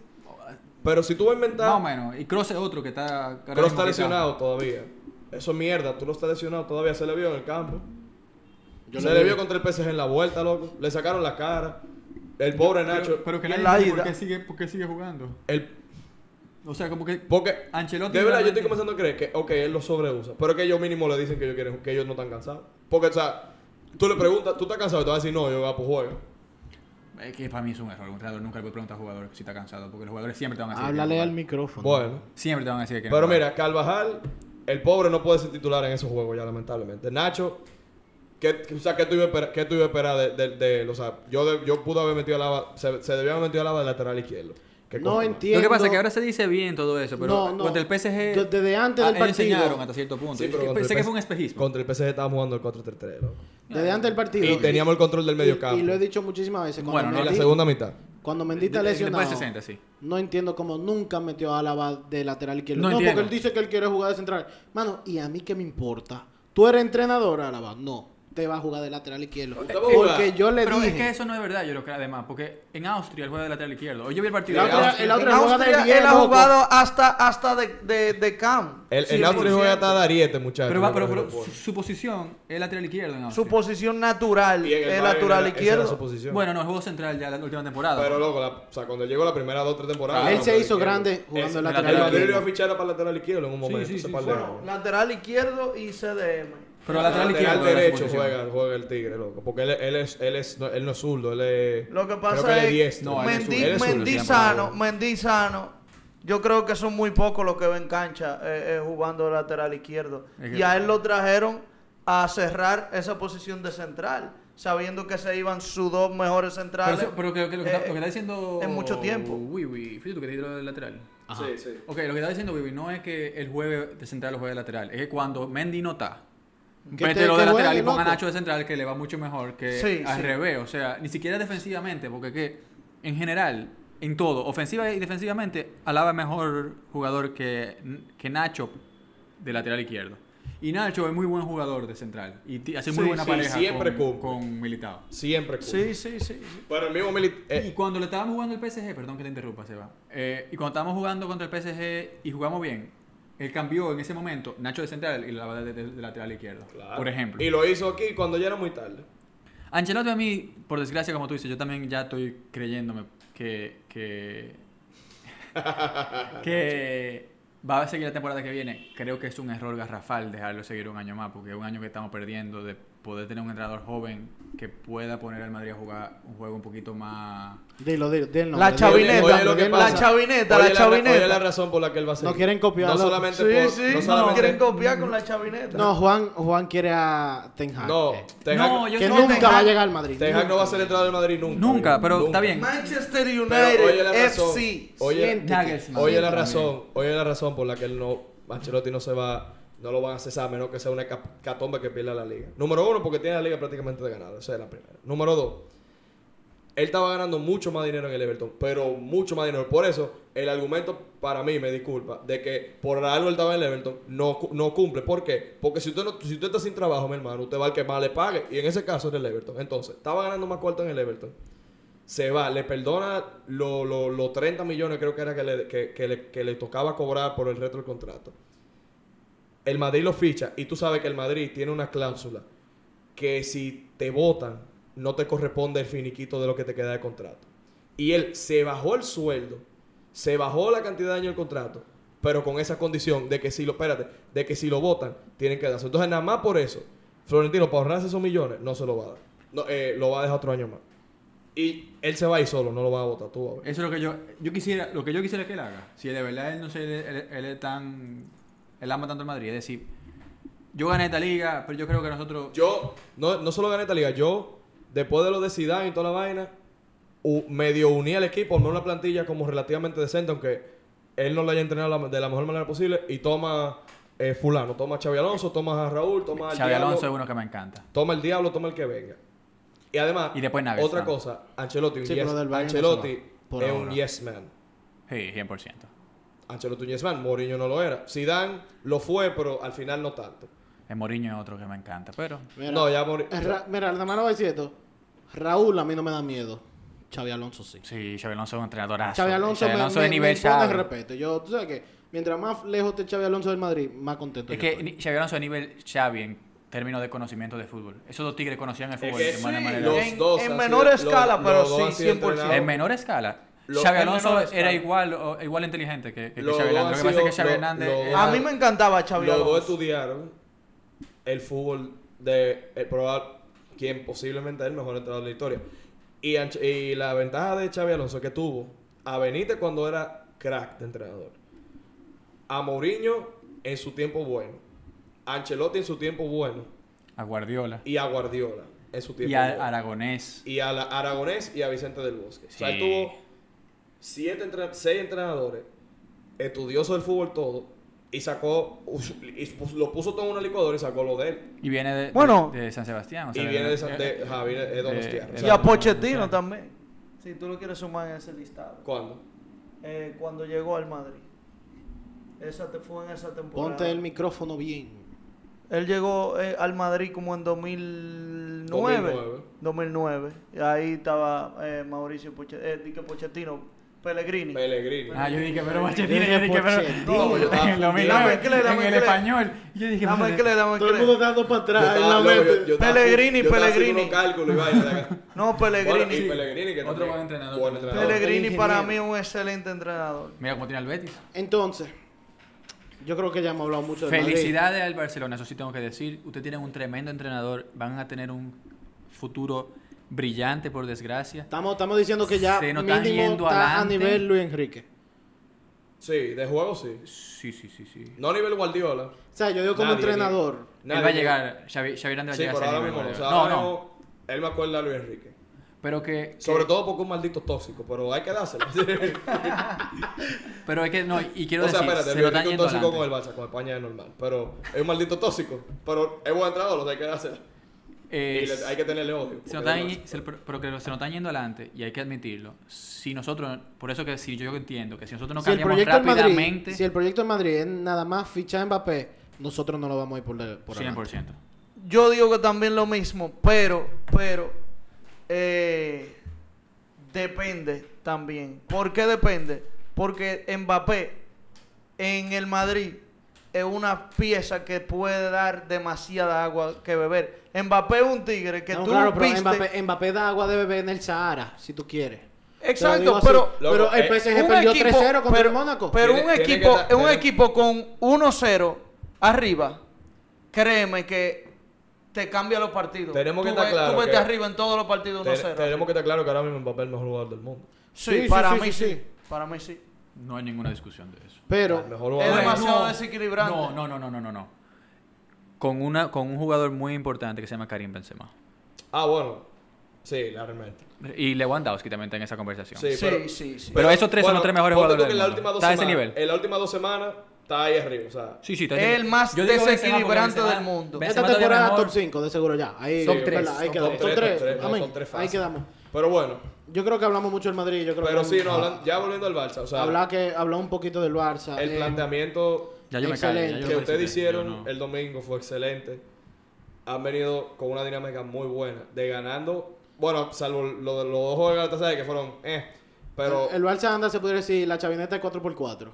A: Pero si tú vas a inventar.
C: Más o menos. Y Cross es otro que está... ahora
A: Pero
C: mismo
A: está
C: quitado.
A: lesionado todavía. Eso es mierda, tú no estás lesionado todavía. Se le vio en el campo.
D: Yo
A: se
D: lo
A: le
D: vi.
A: vio contra el PSG en la vuelta, loco. Le sacaron la cara. El pobre Nacho.
C: Pero, pero que
E: Y en
C: nadie entiende
E: la
C: por
E: ida.
C: qué, sigue, por qué sigue jugando.
A: el,
C: O sea, como que...
A: porque.
C: Ancelotti
A: De verdad, yo
C: realmente-
A: estoy comenzando a creer que, ok, él lo sobreusa. Pero es que ellos mínimo le dicen que ellos, quieren, que ellos no están cansados. Porque, o sea, tú le preguntas, tú estás cansado y te vas a decir, no, yo voy a pues juego.
C: Es que para mí es un error. Un entrenador nunca le puede preguntar al jugador si está cansado, porque los jugadores siempre te van a decir... que
D: Háblale
C: no.
D: al micrófono.
A: Bueno.
C: Siempre te van a decir que no.
A: Pero mira, Carvajal, el pobre no puede ser titular en esos juegos ya, lamentablemente. Nacho, ¿qué, o sea, ¿qué tú ibas a esperar, qué tú ibas a esperar de, de, de- O sea, yo, de- yo pude haber metido a Lava, se, se debió haber metido a Lava de lateral izquierdo. Qué
D: no
A: cojones.
D: entiendo.
C: Lo que pasa es que ahora se dice bien todo eso, pero
D: No, no.
C: contra el PSG.
D: Desde- desde antes del
C: ah,
D: partido.
C: ellos enseñaron hasta cierto punto.
A: Sí, pero
C: Que
A: contra el
C: pensé que
A: PSG
C: fue un espejismo.
A: Contra el PSG estábamos jugando el 4-3-3, loco.
D: Desde antes del partido.
A: Y teníamos el control del
D: y-
A: medio campo.
D: Y, lo he dicho muchísimas veces. Cuando
C: Bueno, no,
A: en la
D: Mendy-
A: segunda mitad.
D: Cuando Mendy está
C: De- de-
D: lesionado.
C: Después de 60, sí.
D: No entiendo cómo nunca metió a Álava de lateral izquierdo.
C: No
D: No, porque
C: entiendo.
D: él dice que él quiere jugar de central. Mano, ¿y a mí qué me importa? ¿Tú eres entrenador, Álava? No. Te vas a jugar de lateral izquierdo.
A: Usted va a jugar.
D: Porque yo le
C: Pero
D: dije...
C: es que eso no es verdad, yo creo que además, porque en Austria él juega de lateral izquierdo. Hoy yo vi el partido.
D: La
C: de
D: otra-
C: Austria.
D: el otro-
E: En
D: Pero juega de
E: Austria
D: diez,
E: él ha
D: loco.
E: jugado hasta, hasta de, de, de Cam.
A: El,
E: Sí,
A: el Austria
E: por
A: juega
E: cierto.
A: hasta Dariete, muchachos.
C: Pero, va-
A: en el
C: pero, pero su,
A: aeropuerto.
C: su posición es lateral izquierdo en Austria.
E: Su posición natural
A: Ah, Y en el
E: es
A: Bayern
E: lateral
A: era- esa era su
E: izquierdo.
A: posición.
C: Bueno, no, jugó central ya la última temporada.
A: Pero loco, la- o sea, cuando llegó la primera dos tres temporadas.
D: Él
A: no,
D: se
A: pero
D: hizo
A: izquierdo.
D: grande jugando de
C: el
A: El
D: lateral
C: lateral
A: Madrid iba a
D: izquierdo.
A: fichar para lateral izquierdo en un momento.
C: sí,
A: hace
C: sí,
A: par de
C: bueno,
A: años.
E: Lateral izquierdo y CDM.
C: Pero lateral izquierdo. era su
A: derecho
C: posición.
A: juega, juega el Tigre, loco. Porque él, él es, él, es, no, él no es zurdo, él es.
E: Lo que
A: creo
E: pasa
A: que él
E: es
A: diestro.
C: No, él es
E: Mendy,
C: zurdo. Él es
E: Mendy
C: zurdo, se llama.
E: sano, Mendy sano. Yo creo que son muy pocos los que ven cancha eh, eh, jugando de lateral izquierdo.
C: Es que-
E: Y a él lo trajeron a cerrar esa posición de central, sabiendo que se iban sus dos mejores
C: Pero,
E: centrales.
C: eso- pero que, que lo, que está,
E: eh,
C: lo que está diciendo.
E: en mucho tiempo.
C: Uy, uy, fíjate tú que te dijiste lo del lateral.
D: Ajá.
A: Sí, sí.
C: Ok, lo que está diciendo Vivi no es que el juegue de central o juegue de lateral, es que cuando Mendy no está,
D: Que
C: vete
D: te-
C: lo
D: que
C: de
D: juegue,
C: lateral y ponga a
D: loco.
C: Nacho de central que le va mucho mejor que
E: Sí,
C: al
E: sí.
C: revés, o sea, ni siquiera defensivamente, porque que en general, en todo, ofensiva y defensivamente, Alaba es mejor jugador que, que Nacho de lateral izquierdo. Y Nacho es muy buen jugador de central y ti- hace muy
E: Sí,
C: buena
E: sí,
C: pareja
A: siempre
C: con,
A: cumple.
C: con Militao.
A: Siempre. cubre.
E: Sí, sí, sí. sí.
A: Pero el mismo mili- eh,
C: Y cuando le estábamos jugando el PSG, perdón que te interrumpa, Seba. eh, y cuando estábamos jugando contra el PSG y jugamos bien, él cambió en ese momento Nacho de central y la de, de- de lateral izquierdo,
A: Claro.
C: por ejemplo.
A: Y lo hizo aquí cuando ya era muy tarde.
C: Ancelotti a mí, por desgracia, como tú dices, yo también ya estoy creyéndome que...
A: (laughs)
C: que que va a seguir la temporada que viene. Creo que es un error garrafal dejarlo seguir un año más, porque es un año que estamos perdiendo de poder tener un entrenador joven que pueda poner al Madrid a jugar un juego un poquito más...
D: Dilo, dilo, dilo, no,
E: La
D: dilo.
E: chavineta.
A: Oye lo que
E: la
A: pasa.
E: chavineta,
A: Oye
E: la
A: Oye
E: chavineta.
A: la razón por la que él va a seguir.
D: No quieren copiarlo.
A: No solamente
E: Sí,
A: por...
E: sí,
A: no
E: no,
A: solamente-
E: quieren copiar con
C: Mm.
E: la chavineta.
D: No, Juan, Juan quiere a Ten Hag.
A: No,
E: Ah,
D: eh,
A: Ten Hag-
C: No, yo
D: que
C: no-
D: nunca
C: Ten
D: va a
C: Hag-
D: llegar al Madrid.
A: Ten Hag no va a ser entrenador del Madrid nunca.
C: Nunca,
A: amigo,
C: pero está bien.
E: Manchester
A: Pero
E: United
A: oye la razón.
E: FC.
A: Oye,
C: Nagelsmann
A: oye la
C: también.
A: razón. Oye la razón por la que él no... Ancelotti no se va... No lo van a cesar a menos que sea una cap- catomba que pierda la liga. Número uno, porque tiene la liga prácticamente de ganada. Esa es la primera. Número dos. Él estaba ganando mucho más dinero en el Everton, pero mucho más dinero. Por eso, el argumento para mí, me disculpa, de que por algo él estaba en el Everton, no, cu- no cumple. ¿Por qué? Porque si usted, no, si usted está sin trabajo, mi hermano, usted va al que más le pague. Y en ese caso era el Everton. Entonces, estaba ganando más cuarto en el Everton. Se va, le perdona los lo, los 30 millones, creo que era que le, que- que le- que le tocaba cobrar por el resto del contrato. El Madrid lo ficha y tú sabes que el Madrid tiene una cláusula que si te votan, no te corresponde el finiquito de lo que te queda de contrato. Y él se bajó el sueldo, se bajó la cantidad de años del contrato, pero con esa condición de que si lo, espérate, de que si lo votan, tienen que darse. Entonces, nada más por eso, Florentino, para ahorrarse esos millones, no se lo va a dar. No, eh, lo va a dejar otro año más. Y él se va a ir solo, no lo va a votar tú. vas a ver.
C: Eso es lo que yo, yo quisiera, lo que yo quisiera que él haga. Si de verdad él no sé, él, él- él es tan, él ama tanto el Madrid. Es decir, yo gané esta liga, pero yo creo que nosotros,
A: Yo no, no solo gané esta liga, yo, después de lo de Zidane y toda la vaina, u- medio uní al equipo, armé una plantilla como relativamente decente, aunque él no lo haya entrenado la- de la mejor manera posible, y toma eh, fulano, toma a Xavi Alonso, toma a Raúl, toma al
C: Xavi
A: Diablo,
C: Alonso es uno que me encanta.
A: toma el Diablo, toma el que venga. Y además,
C: Y después ah. Nagelsmann.
A: otra cosa, Ancelotti, un
D: Sí,
A: yes,
D: pero del Bayern no se va,
A: Ancelotti
D: por
A: es un
D: ahora.
A: yes man.
C: Sí, 100%.
A: Ancelotti un yes man, Mourinho no lo era. Zidane lo fue, pero al final no tanto.
C: El Moriño es otro que me encanta, pero...
D: Mira,
A: No, ya Mourinho...
D: Ra- mira, la mano va diciendo, Raúl a mí no me da miedo. Xavi Alonso sí.
C: Sí, Xavi Alonso es un entrenadorazo.
D: Xavi Alonso,
C: Xavi
D: me,
C: Alonso
D: me-
C: de
D: me
C: nivel
D: impone
C: Xavi.
D: respeto. Yo, tú sabes que mientras más lejos te Xavi Alonso del Madrid, más contento
C: Es
D: yo
C: que
D: estoy.
C: ni- Xavi Alonso de nivel Xavi en términos de conocimiento de fútbol. Esos dos tigres conocían el
A: que
C: fútbol de
A: sí,
C: buena manera.
A: los
E: En-
A: dos
E: en
A: han
E: menor
A: sido-
E: escala, pero
A: los dos
E: sí,
A: han sido
E: 100%.
A: entrenados-
C: En menor escala.
A: Lo-
C: Xavi
E: en
C: Alonso
E: menor
C: era
E: escala.
C: igual o- igual inteligente que, que
A: Los
C: Xavi
A: dos
C: Alonso. Lo
A: han
C: que pasa es que
A: sido-
C: Xavi
A: lo-
C: Hernández...
A: lo-
C: era-
E: A mí me encantaba Xavi
A: Los dos
E: Alonso.
A: estudiaron el fútbol de el probar quien posiblemente es el mejor entrenador de la historia. Y, Anch- y la ventaja de Xavi Alonso que tuvo a Benítez cuando era crack de entrenador. A Mourinho en su tiempo bueno. A Ancelotti en su tiempo bueno.
C: A Guardiola.
A: Y a Guardiola en su tiempo
C: Y a
A: bueno.
C: Aragonés.
A: y a la Aragonés y a Vicente del Bosque. O sea, él
C: Sí.
A: tuvo siete entre- seis entrenadores, estudioso del fútbol todo, y sacó, y pus- lo puso todo en una licuadora y sacó lo de él.
C: Y viene de, de-
E: Bueno.
C: de, San Sebastián. o
A: y
C: sea,
A: viene de, San- de-
C: eh,
A: ajá, viene de Donostiarra.
C: de-
A: O
E: Y
A: sea,
E: a Pochettino también. Si tú lo quieres sumar en ese listado.
A: ¿Cuándo?
E: Eh, cuando llegó al Madrid. Esa te fue en esa temporada.
D: Ponte el micrófono bien.
E: Él llegó eh, al Madrid como en 2009.
A: 2009.
E: 2009. Y ahí estaba eh, Mauricio Poche- eh, di que Pochettino, Pellegrini.
A: Pellegrini.
C: Ah, yo dije, pero
D: Yo
C: Pochettino,
D: dije,
C: yo dije, pero...
D: Pochettino.
A: No, pues yo estaba
C: En lo
A: fundido.
C: mismo,
E: La mezcla, la
C: en el
E: mezcla.
C: español. Yo dije,
E: Dame
C: pero-
E: que dame
D: Todo el mundo
E: que
D: dando para
A: Yo
D: atrás en
A: estaba
D: la
A: loco,
D: mente.
A: yo- yo estaba-
E: Pellegrini,
A: yo estaba haciendo
E: Pellegrini.
A: unos cálculos y vaina de
C: (laughs)
A: acá.
E: No,
A: Bueno, y
E: Pellegrini.
A: Pellegrini, que
C: Otro
A: también,
C: buen entrenador
A: buen
C: también.
A: entrenador.
E: Pellegrini
D: El
E: para
D: ingeniero.
E: mí es un excelente entrenador.
C: Mira cómo tiene al Betis.
D: Entonces, yo creo que ya hemos hablado mucho de
C: Felicidades al Barcelona, eso sí tengo que decir. Ustedes tienen un tremendo entrenador, van a tener un futuro brillante, por desgracia.
D: Estamos, estamos diciendo que ya
C: Se nos está
D: mínimo
C: yendo
D: está a
C: adelante.
D: nivel Luis Enrique.
A: Sí, de juego sí.
C: Sí, sí, sí, sí.
A: No a nivel Guardiola.
D: O sea, yo digo como
A: Nadie,
D: entrenador.
A: Nadie.
C: Él va a llegar, Xavi, Xavi Hernández va
A: Sí,
C: a llegar
A: por
C: a ese
A: ahora
C: nivel,
A: mismo. no. O
C: Guardiola.
A: sea,
C: no,
A: ahora
C: no,
A: mismo, él me acuerda a Luis Enrique.
C: pero que...
A: Sobre
C: que-
A: todo porque es un maldito tóxico, pero hay que
C: (laughs)
A: dárselo.
C: Pero es que no, y quiero
A: o sea,
C: decir,
A: espérate,
C: se
A: Luis
C: lo están
A: Enrique es
C: yendo
A: un tóxico con el
C: adelante.
A: Barça, con España es normal. Pero es un maldito tóxico. Pero es buen entrenador, o sea, hay que dárselo.
C: Eh,
A: Y le- hay que tenerle odio.
C: se nos
A: porque
C: están
A: es
C: y-
A: del
C: se-
A: Barça.
C: pero que se nos están yendo adelante, y hay que admitirlo. Si nosotros, por eso que si yo entiendo que si nosotros no
D: si, el
C: cambiamos
D: proyecto en
C: rápidamente,
D: Madrid, si el proyecto en Madrid es nada más fichar a Mbappé, nosotros no lo vamos a ir por, de- por adelante.
C: 100%.
E: Yo digo que también lo mismo, pero, pero, eh, depende también. ¿Por qué depende? Porque Mbappé en el Madrid es una pieza que puede dar demasiada agua que beber. Mbappé es un tigre que
D: No,
E: tú
D: claro, pero
E: viste.
D: Mbappé, Mbappé da agua de bebé en el Sahara, si tú quieres. Te lo
E: Exacto,
D: digo así.
E: pero-
D: pero
A: Loco,
D: el
A: eh,
D: PSG
E: un
D: perdió
E: equipo-
D: 3-0 contra
E: pero-
D: el Mónaco.
E: Pero
A: Tiene-
E: un
A: tiene que
E: equipo,
A: ta-
E: es un
A: tiene-
E: equipo con 1-0 arriba, créeme que te cambia los partidos.
A: Tenemos que
E: Tú
A: estar
E: ve-
A: claro
E: Tú vete
A: que-
E: arriba en todos los partidos 1-0.
A: Te- Tenemos que estar claro que ahora mismo Mbappé es el mejor jugador del mundo.
E: Sí,
D: Sí,
E: para
D: sí, sí,
E: mí
D: sí,
E: sí,
D: sí.
E: Para mí sí.
C: No hay ninguna discusión de eso.
D: Pero,
A: El mejor
E: Es
A: jugador.
C: Bueno,
E: demasiado
C: no.
E: desequilibrante.
C: No, no, no, no, no, no, no. Con, una, con un jugador muy importante que se llama Karim Benzema.
A: Ah, bueno. Sí, realmente.
C: Y Lewandowski también está en esa conversación.
A: Sí,
E: Sí,
A: pero-
E: sí, sí.
C: Pero esos tres son los tres mejores
A: ponte tú
C: jugadores
A: que
C: del
A: en la
C: mundo.
A: última dos
C: Está a ese
A: semanas-
C: nivel.
A: En las últimas dos semanas está ahí arriba. O sea,
C: Sí, sí, está-
E: El más
C: Yo digo Benzema porque
E: desequilibrante
C: Benzema-
E: del mundo.
C: Benzema
D: esta
C: todavía
D: temporada
C: mejor.
D: top 5, de seguro ya. Ahí,
C: Son
D: ¿verdad?
C: tres,
D: Ahí
C: son
D: quedamos.
A: tres,
D: Son
A: son
D: tres.
A: tres, no,
D: Amén.
A: son tres
D: Ahí
A: fácil.
D: quedamos.
A: pero bueno.
D: Yo creo que hablamos mucho del Madrid. Yo creo
A: Pero
D: que
A: sí, no, hablan- ya volviendo al Barça. O sea,
D: Hablar que habló un poquito del Barça.
A: el
D: eh,
A: planteamiento
C: Ya yo me callo, ya yo
D: Excelente.
C: me
A: que
C: callo,
A: ustedes
C: yo
A: hicieron
C: no-
A: el domingo fue excelente. Han venido con una dinámica muy buena. De ganando, bueno, salvo lo de los dos juegos de Galatasaray que fueron, eh. Pero
D: el, el Barça anda, se pudiera decir, la chavineta de 4x4.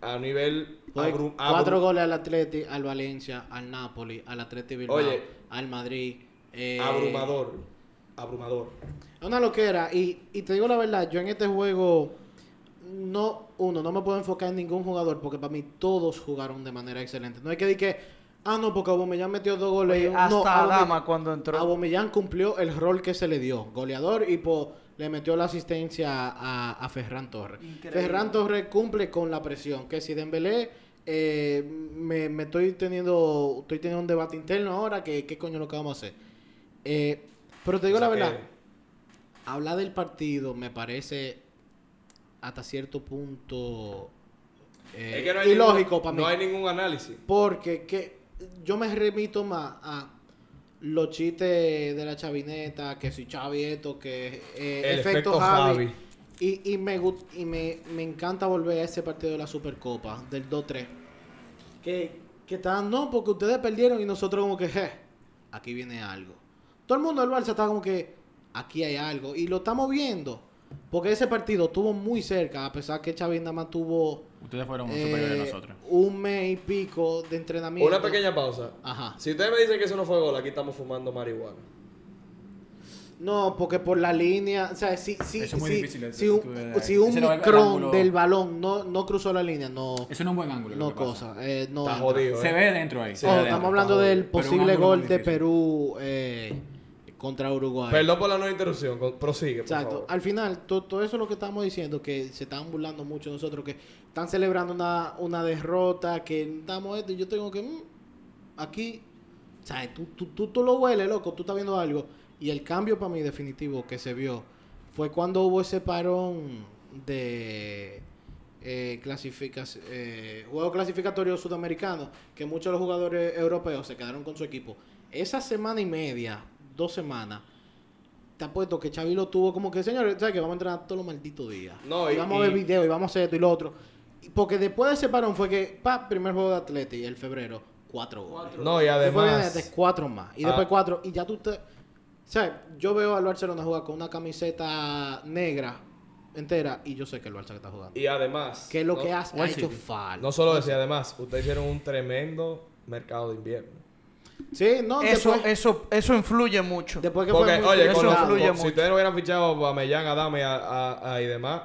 A: a nivel.
D: Fue
A: abru-
D: cuatro
A: abru-
D: goles al Atleti, al Valencia, al Napoli, al Atleti Bilbao,
A: Oye.
D: al Madrid. eh,
A: abrumador. Abrumador.
D: Una loquera. Y, y te digo la verdad, yo en este juego, no, uno, no me puedo enfocar en ningún jugador porque para mí todos jugaron de manera excelente. No hay que decir que, ah, no, porque Aubameyang metió dos goles. y
E: Oye,
D: un-
E: hasta
D: no, Aubameyang-
E: Adama cuando entró.
D: Abomellán cumplió el rol que se le dio, goleador y po- le metió la asistencia a, a Ferran Torres.
E: Increíble.
D: Ferran Torres cumple con la presión, que si Dembélé eh, me, me estoy teniendo estoy teniendo un debate interno ahora que qué coño lo que vamos a hacer. Eh, pero te digo
A: O sea
D: la
A: Pues que-
D: verdad, hablar del partido me parece hasta cierto punto eh,
A: Es que no hay ningún-
D: ilógico para mí.
A: No hay ningún análisis.
D: Porque que yo me remito más a los chistes de la chavineta, que si Chavi esto, que eh,
A: El
D: efecto,
A: efecto
D: Javi.
A: Javi.
D: Y, y, me, gu- y me, me encanta volver a ese partido de la Supercopa, del 2-3. Que, que estaban, no, porque ustedes perdieron y nosotros como que, je, aquí viene algo. Todo el mundo del Barça está como que, aquí hay algo. Y lo estamos viendo. Porque ese partido estuvo muy cerca, a pesar que Xavi nada más tuvo
C: Ustedes fueron
D: eh,
C: superiores a nosotros.
D: un mes y pico de entrenamiento.
A: Una pequeña pausa.
D: Ajá.
A: Si ustedes me dicen que eso no fue gol, aquí estamos fumando marihuana.
D: No, porque por la línea, o sea, si, si,
C: Eso es muy
D: si,
C: difícil, eso
D: si
C: que
D: un,
C: tú ves ahí.
D: si un
C: Ese no es el ángulo.
D: micrón del balón no, no cruzó la línea, no,
C: Eso no es un buen ángulo.
D: no
C: lo que pasa.
D: cosa, eh, no.
A: Está
D: entra.
A: jodido.
C: Se ve dentro ahí. se
D: Oh,
C: ve
D: estamos
C: dentro.
D: hablando
A: está
D: del
A: jodido.
C: Pero un
D: posible
C: ángulo
D: gol
C: muy
D: de
C: difícil.
D: Perú eh, contra Uruguay.
A: Perdón por la no interrupción. con- Prosigue, por
D: Exacto.
A: favor.
D: Al final, to- todo eso es lo que estamos diciendo, que se están burlando mucho de nosotros, que están celebrando una, una derrota, que estamos esto, y yo tengo que, mm, aquí, ¿sabes? Tú, tú, tú, tú lo hueles, loco, tú estás viendo algo. Y el cambio para mí definitivo que se vio fue cuando hubo ese parón de eh, clasificas- eh, juego clasificatorio sudamericano, que muchos de los jugadores europeos se quedaron con su equipo. Esa semana y media, dos semanas, te apuesto que Xavi lo tuvo como que, señores, ¿sabes que Vamos a entrenar todos los malditos días.
A: No,
D: y,
A: y-
D: vamos a ver
A: y-
D: video y vamos a hacer esto y lo otro. Y Porque después de ese parón fue que, pa, primer juego de Atleti, el febrero, cuatro goles.
A: No, y
D: Después viene de
A: además.
D: cuatro más. Y
A: Ah.
D: después cuatro. Y ya tú te. O sea, yo veo al Barcelona jugar con una camiseta negra entera y yo sé que el Barça que está jugando.
A: Y además.
D: Que es lo
A: no-
D: que has- ha,
C: Wall
D: hecho
C: City.
D: falta.
A: No solo decía, además, ustedes hicieron un tremendo mercado de invierno.
D: Sí, no,
E: Eso,
D: después,
E: eso, eso influye mucho.
D: después que
A: Porque,
D: fue muy
A: oye,
E: eso
A: con los-
D: complicado.
E: influye
A: con- si
E: mucho.
A: ustedes no hubieran fichado a Mellán, a Dame a, a- a- y demás,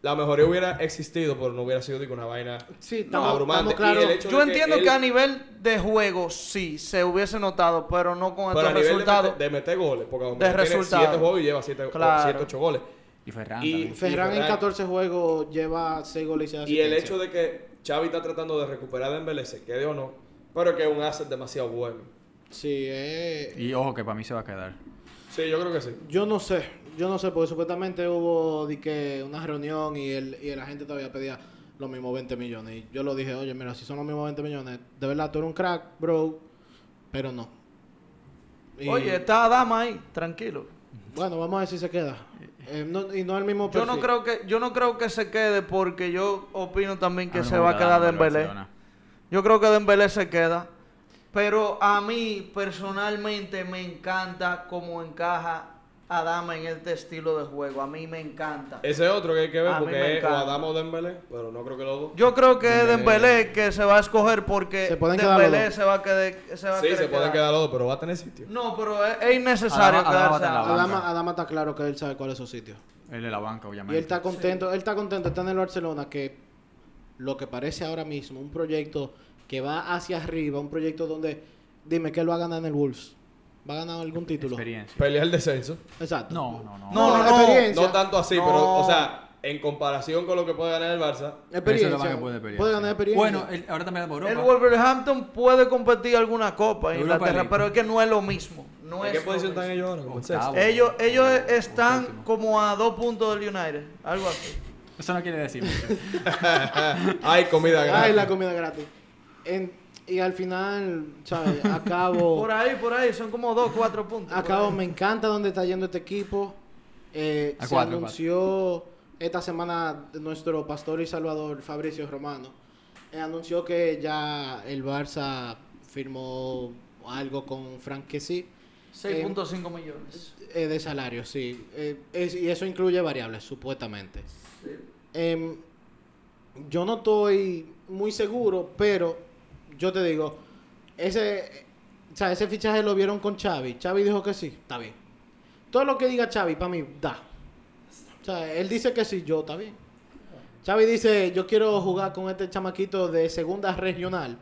A: la mejoría hubiera existido, pero no hubiera sido digo, una vaina
D: Sí, estamos,
A: abrumante.
D: estamos claros.
A: Y el hecho
E: Yo
A: de
E: entiendo que,
A: él-
E: a nivel de juego sí se hubiese notado, pero no con
A: pero a nivel
E: estos
A: de
E: resultados.
A: meter- De, meter goles, porque
E: De
A: Aubameyang tiene
E: resultado.
A: 7 juegos y lleva 7 o
E: Claro.
A: 8 goles.
C: Y Ferran
A: Y-
C: también.
D: Ferran en
A: Ferran.
D: 14 juegos lleva 6 goles y seis
A: Y el
D: asistencias.
A: hecho de que Xavi está tratando de recuperar a Dembélé, se quede o no, pero que es un asset demasiado bueno.
D: Sí, eh.
C: Y ojo que para mí se va a quedar.
A: Sí, yo creo que sí.
D: Yo no sé, yo no sé, porque supuestamente hubo di que una reunión y el, y la gente todavía pedía los mismos 20 millones. Y yo lo dije, oye, mira, si son los mismos 20 millones, de verdad tú eres un crack, bro, pero no. Y,
E: Oye, está Adama ahí, tranquilo.
D: Bueno, vamos a ver si se queda. Eh, no- y no el mismo
E: Yo
A: pues
D: perfil.
E: no creo que yo no creo que se quede porque yo opino también que
C: Ahora
E: se
C: mismo
E: va a
C: está
E: quedar
C: dando el
E: Dembélé.
C: Barcelona.
E: Yo creo que Dembélé se queda, pero a mí personalmente me encanta cómo encaja a Dama en este estilo de juego. A mí me encanta.
A: Ese otro que hay que ver
E: A mí me
A: porque es o
E: encanta.
A: Adama o Dembélé, pero no creo que los dos.
E: Yo creo que es
A: Dembélé.
E: Dembélé que se va a escoger porque
D: Se pueden quedar los
E: Dembélé
D: dos.
E: se va a quedar se va a
A: sí,
E: querer
A: se pueden
E: quedar.
A: quedar los dos, pero va a tener sitio.
E: No, pero es, es innecesario
C: Adama- Adama
E: quedarse.
C: está en la
E: ahora.
C: banca.
D: Adama, Adama está claro que él sabe cuál es su sitio.
C: Él de la banca,
D: Y
C: obviamente.
D: él está contento, él está contento, está en el Barcelona, que lo que parece ahora mismo, un proyecto que va hacia arriba, un proyecto donde, dime, ¿qué lo va a ganar en el Wolves? ¿Va a ganar algún título?
C: Experiencia.
A: Pelear el descenso.
D: Exacto.
C: No, no, no.
E: No, no, no.
D: experiencia.
A: No tanto así,
E: No.
A: pero, o sea, en comparación con lo que puede ganar el Barça,
D: Experiencia.
C: Eso es lo que puede pelear,
D: ganar
C: sí.
D: experiencia.
C: Bueno, eh, él- ahora también por
E: El
C: Europa.
E: Wolverhampton puede competir alguna copa en
C: Europa
E: Inglaterra,
C: League.
E: pero es que no es lo mismo. No
A: ¿en
E: es
A: qué
E: lo
A: posición están Ah,
E: mismo.
A: ellos ahora? Como
C: Octavo.
A: sexto.
E: Ellos, ellos
C: Octavo,
E: están
C: séptimo.
E: como a dos puntos del United, algo así.
C: Eso no quiere decir mucho.
A: Ay, comida
D: Ay,
A: grande.
D: la comida gratis. En- y al final, ¿sabes? Acabo.
E: (laughs) Por ahí, por ahí, son como dos, cuatro puntos. por
D: Acabo,
E: ahí.
D: me encanta dónde está yendo este equipo. Eh,
C: A
D: se
C: cuatro,
D: anunció esta semana nuestro pastor y salvador Fabricio Romano. eh, anunció que ya el Barça firmó algo con Frank Kessie,
E: 6.5 millones.
D: eh, de salario, sí. Eh, es- y eso incluye variables, supuestamente. Em, yo no estoy muy seguro, pero yo te digo, ese, o sea, ese fichaje lo vieron con Xavi. Xavi dijo que sí, está bien. Todo lo que diga Xavi, para mí, da. O sea, él dice que sí, yo, está bien. Xavi dice, yo quiero jugar con este chamaquito de segunda regional.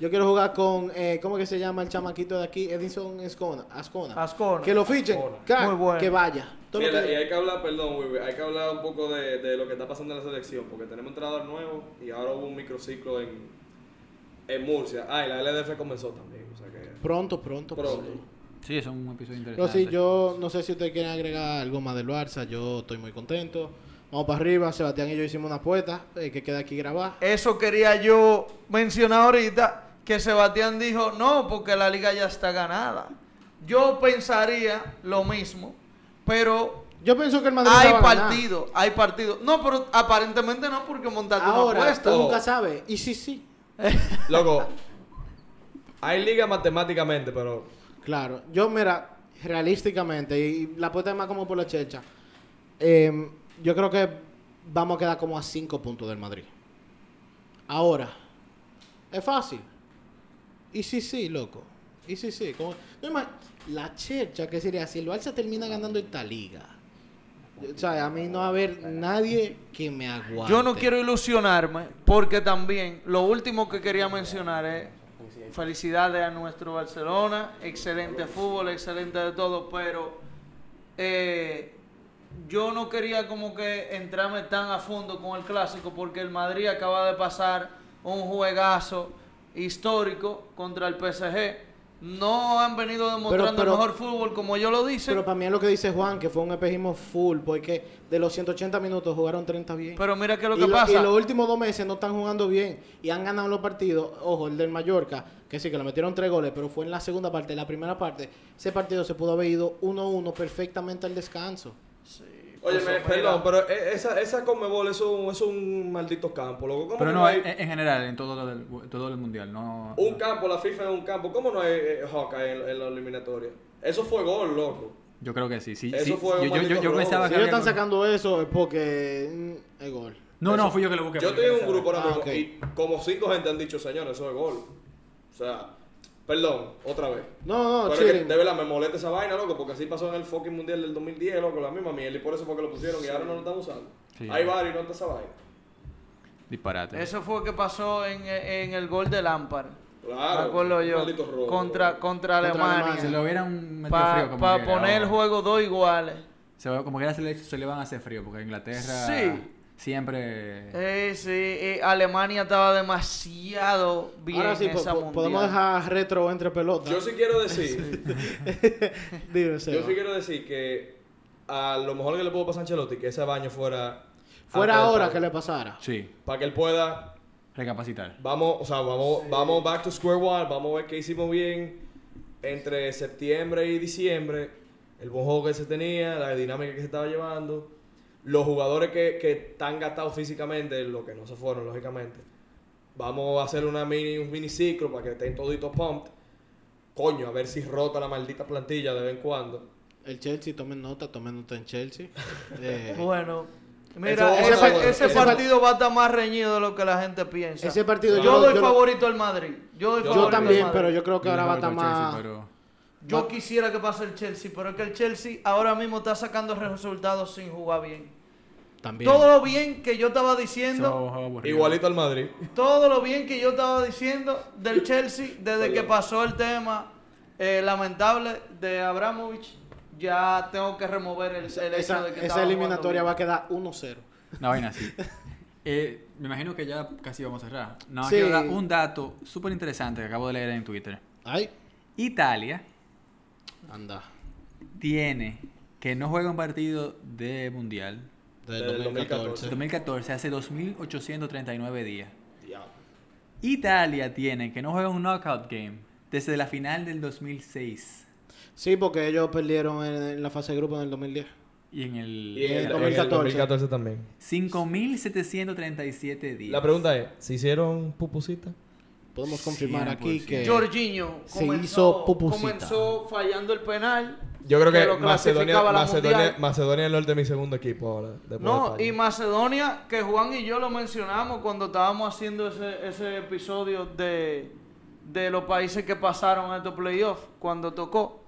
D: Yo quiero jugar con, eh, ¿cómo que se llama el chamaquito de aquí? Edison Ascona.
E: Eh,
D: Ascona.
E: Ascona.
D: Que lo fichen.
A: Ascona.
D: Crack,
E: Muy bueno.
D: Que vaya. Todo lo
A: Mira,
D: que-
A: y hay que hablar, perdón, Wilby, hay que hablar un poco de, de lo que está pasando en la selección, porque tenemos entrenador nuevo y ahora hubo un microciclo en, en Murcia. Ah, y la LDF comenzó también, o sea que...
D: Pronto,
A: Pronto.
D: pronto, pronto.
C: Sí, eso es un episodio
D: Pero
C: interesante.
D: sí, yo no sé si ustedes quieren agregar algo más del Barça. Yo estoy muy contento. Vamos para arriba. Sebastián y yo hicimos una apuesta eh, que queda aquí grabada.
E: Eso quería yo mencionar ahorita, que Sebastián dijo, no, porque la liga ya está ganada. Yo pensaría lo mismo, pero
D: Yo pienso que el Madrid
E: hay
D: la va a ganar.
E: partido, hay partido. No, pero aparentemente no, porque montaste una
D: Ahora,
E: apuesta.
D: tú nunca sabes. Y sí, sí.
A: Loco, hay liga matemáticamente, pero...
D: Claro. Yo, mira, realísticamente, y la apuesta es más como por la checha. em, yo creo que vamos a quedar como a 5 puntos del Madrid. Ahora, es fácil. Y sí, sí, loco. Y sí, sí. Como, no ima- la checha que sería si el Barça termina ganando esta liga. O sea, a mí no va a haber nadie que me aguante.
E: Yo no quiero ilusionarme, porque también lo último que quería mencionar es felicidades a nuestro Barcelona, excelente fútbol, excelente de todo, pero eh, yo no quería como que entrarme tan a fondo con el clásico, porque el Madrid acaba de pasar un juegazo histórico contra el PSG. No han venido demostrando
D: pero-
E: el mejor fútbol como yo lo dicen.
D: Pero para mí es lo que dice Juan, que fue un espejismo full, porque de los 180 minutos jugaron 30 bien.
E: Pero mira qué es lo
D: y
E: que
D: lo-
E: pasa.
D: y los últimos dos meses no están jugando bien y han ganado los partidos. Ojo, el del Mallorca, que sí, que le metieron tres goles, pero fue en la segunda parte. En la primera parte, ese partido se pudo haber ido 1-1 perfectamente al descanso.
A: Oye,
E: Pues, mira.
A: perdón, pero e- esa, esa Conmebol es un, es un maldito campo, loco. ¿Cómo
C: Pero
A: que
C: no, eh,
A: hay-
C: en, en general, en todo, lo del- todo el mundial. No,
A: Un
C: no.
A: campo, la FIFA es un campo. ¿Cómo no hay eh, Hawkeye en, en la eliminatoria? Eso fue gol, loco.
C: Yo creo que sí. sí,
A: Eso
C: sí.
A: fue un
C: yo, yo, yo,
A: maldito
C: yo pensaba
A: robo.
D: Si
C: que.
D: ellos
C: había-
D: están sacando eso es porque mm, es gol.
C: No, no, fui yo que lo busqué.
A: Yo
C: porque
A: estoy en un
C: pensaba-
A: grupo ahora
D: Ah,
A: mismo
D: ok.
A: y como cinco gente han dicho, señores, eso es gol. O sea, perdón, otra vez.
D: No, no,
A: Pero que,
D: chilling.
A: de verdad, me molesta esa vaina, loco, porque así pasó en el fucking mundial del 2010, loco, la misma mierda, y por eso fue que lo pusieron y ahora no lo están usando.
C: Sí.
A: Hay varios y no está esa vaina.
C: Disparate.
E: Eso fue lo que pasó en, en el gol de Lampard.
A: Claro.
E: me acuerdo
A: un
E: yo.
A: maldito robo.
E: contra, contra
D: Contra
E: Alemania.
D: Alemania.
C: Se lo hubieran metido frío.
E: Para
C: Como que,
E: poner el
C: oh.
E: juego dos iguales.
C: Se va- como que se le, se le van a hacer frío, porque Inglaterra
E: Sí.
C: siempre...
E: Eh, sí, eh, Alemania estaba demasiado bien
D: Ahora sí, po-
E: esa
D: po-
E: mundial.
D: podemos dejar retro entre pelotas. (laughs)
A: Yo sí quiero decir,
D: Dime, Seba.
A: yo sí quiero decir que a lo mejor que le puedo pasar a Ancelotti, que ese baño fuera...
D: Fuera
A: a todo
D: ahora
A: pago.
D: que le pasara.
C: Sí,
A: Para que él pueda
C: recapacitar.
A: Vamos, o sea, vamos, vamos back to square one, vamos a ver qué hicimos bien entre septiembre y diciembre, el buen juego que se tenía, la dinámica que se estaba llevando, los jugadores que, que están gastados físicamente, los que no se fueron, lógicamente. Vamos a hacer una mini, un mini ciclo para que estén toditos pumped. Coño, a ver si rota la maldita plantilla de vez en cuando.
D: El Chelsea, tomen nota, tomen nota en
E: (laughs)
D: Chelsea. Eh,
E: Bueno,
A: Eso
E: mira,
A: vamos
E: ese,
A: a hablar.
E: ese
A: Ese
D: par-
E: partido va a estar más reñido de lo que la gente piensa.
D: ese partido
E: yo,
D: yo,
E: doy
D: yo lo-
E: favorito al Madrid. Yo, doy
A: Yo
E: favorito
D: yo
E: al
D: también,
E: Madrid.
D: pero yo creo que
C: Yo
D: ahora
C: no
D: va a
C: voy
D: estar
C: con Chelsea,
D: más.
C: pero-
E: Yo quisiera que pase el Chelsea, pero es que el Chelsea ahora mismo está sacando resultados sin jugar bien.
D: También.
E: Todo lo bien que yo estaba
C: se va a
E: diciendo,
C: bajar aburrido.
A: Igualito al Madrid.
E: todo lo bien que yo estaba diciendo del Chelsea desde que pasó el tema eh, lamentable de Abramovich, ya tengo que remover el, el hecho
D: Esa,
E: de que
D: esa
E: estaba
D: eliminatoria va a
E: jugando
D: quedar 1-0.
C: Una
A: (laughs)
C: vaina así. Eh, me imagino que ya casi vamos a cerrar. No,
D: Sí.
C: quiero dar un dato súper interesante que acabo de leer en Twitter.
D: Ay,
C: Italia
D: anda.
C: tiene que no juega un partido de mundial
D: Del
A: Del
D: 2014.
C: 2014, hace 2.839 días. Italia tiene que no juega un knockout game desde la final del 2006
D: Sí, porque ellos perdieron en, en la fase de grupo en el 2010.
C: y en el...
A: Y en el
D: 2014.
A: 2014 también.
C: 5.737 días.
A: La pregunta es, ¿se hicieron pupusita?
D: Podemos confirmar aquí
C: 100%.
D: que.
E: Jorginho
D: Se
E: comenzó-
D: hizo pupusita.
E: comenzó fallando el penal.
A: Yo creo que,
E: lo
A: Macedonia,
E: clasificaba a la
A: Macedonia,
E: Mundial.
A: Macedonia del Norte es mi segundo equipo ahora. después de
E: No,
A: España.
E: y Macedonia, que Juan y yo lo mencionamos cuando estábamos haciendo ese, ese episodio de, de los países que pasaron a estos playoffs, cuando tocó,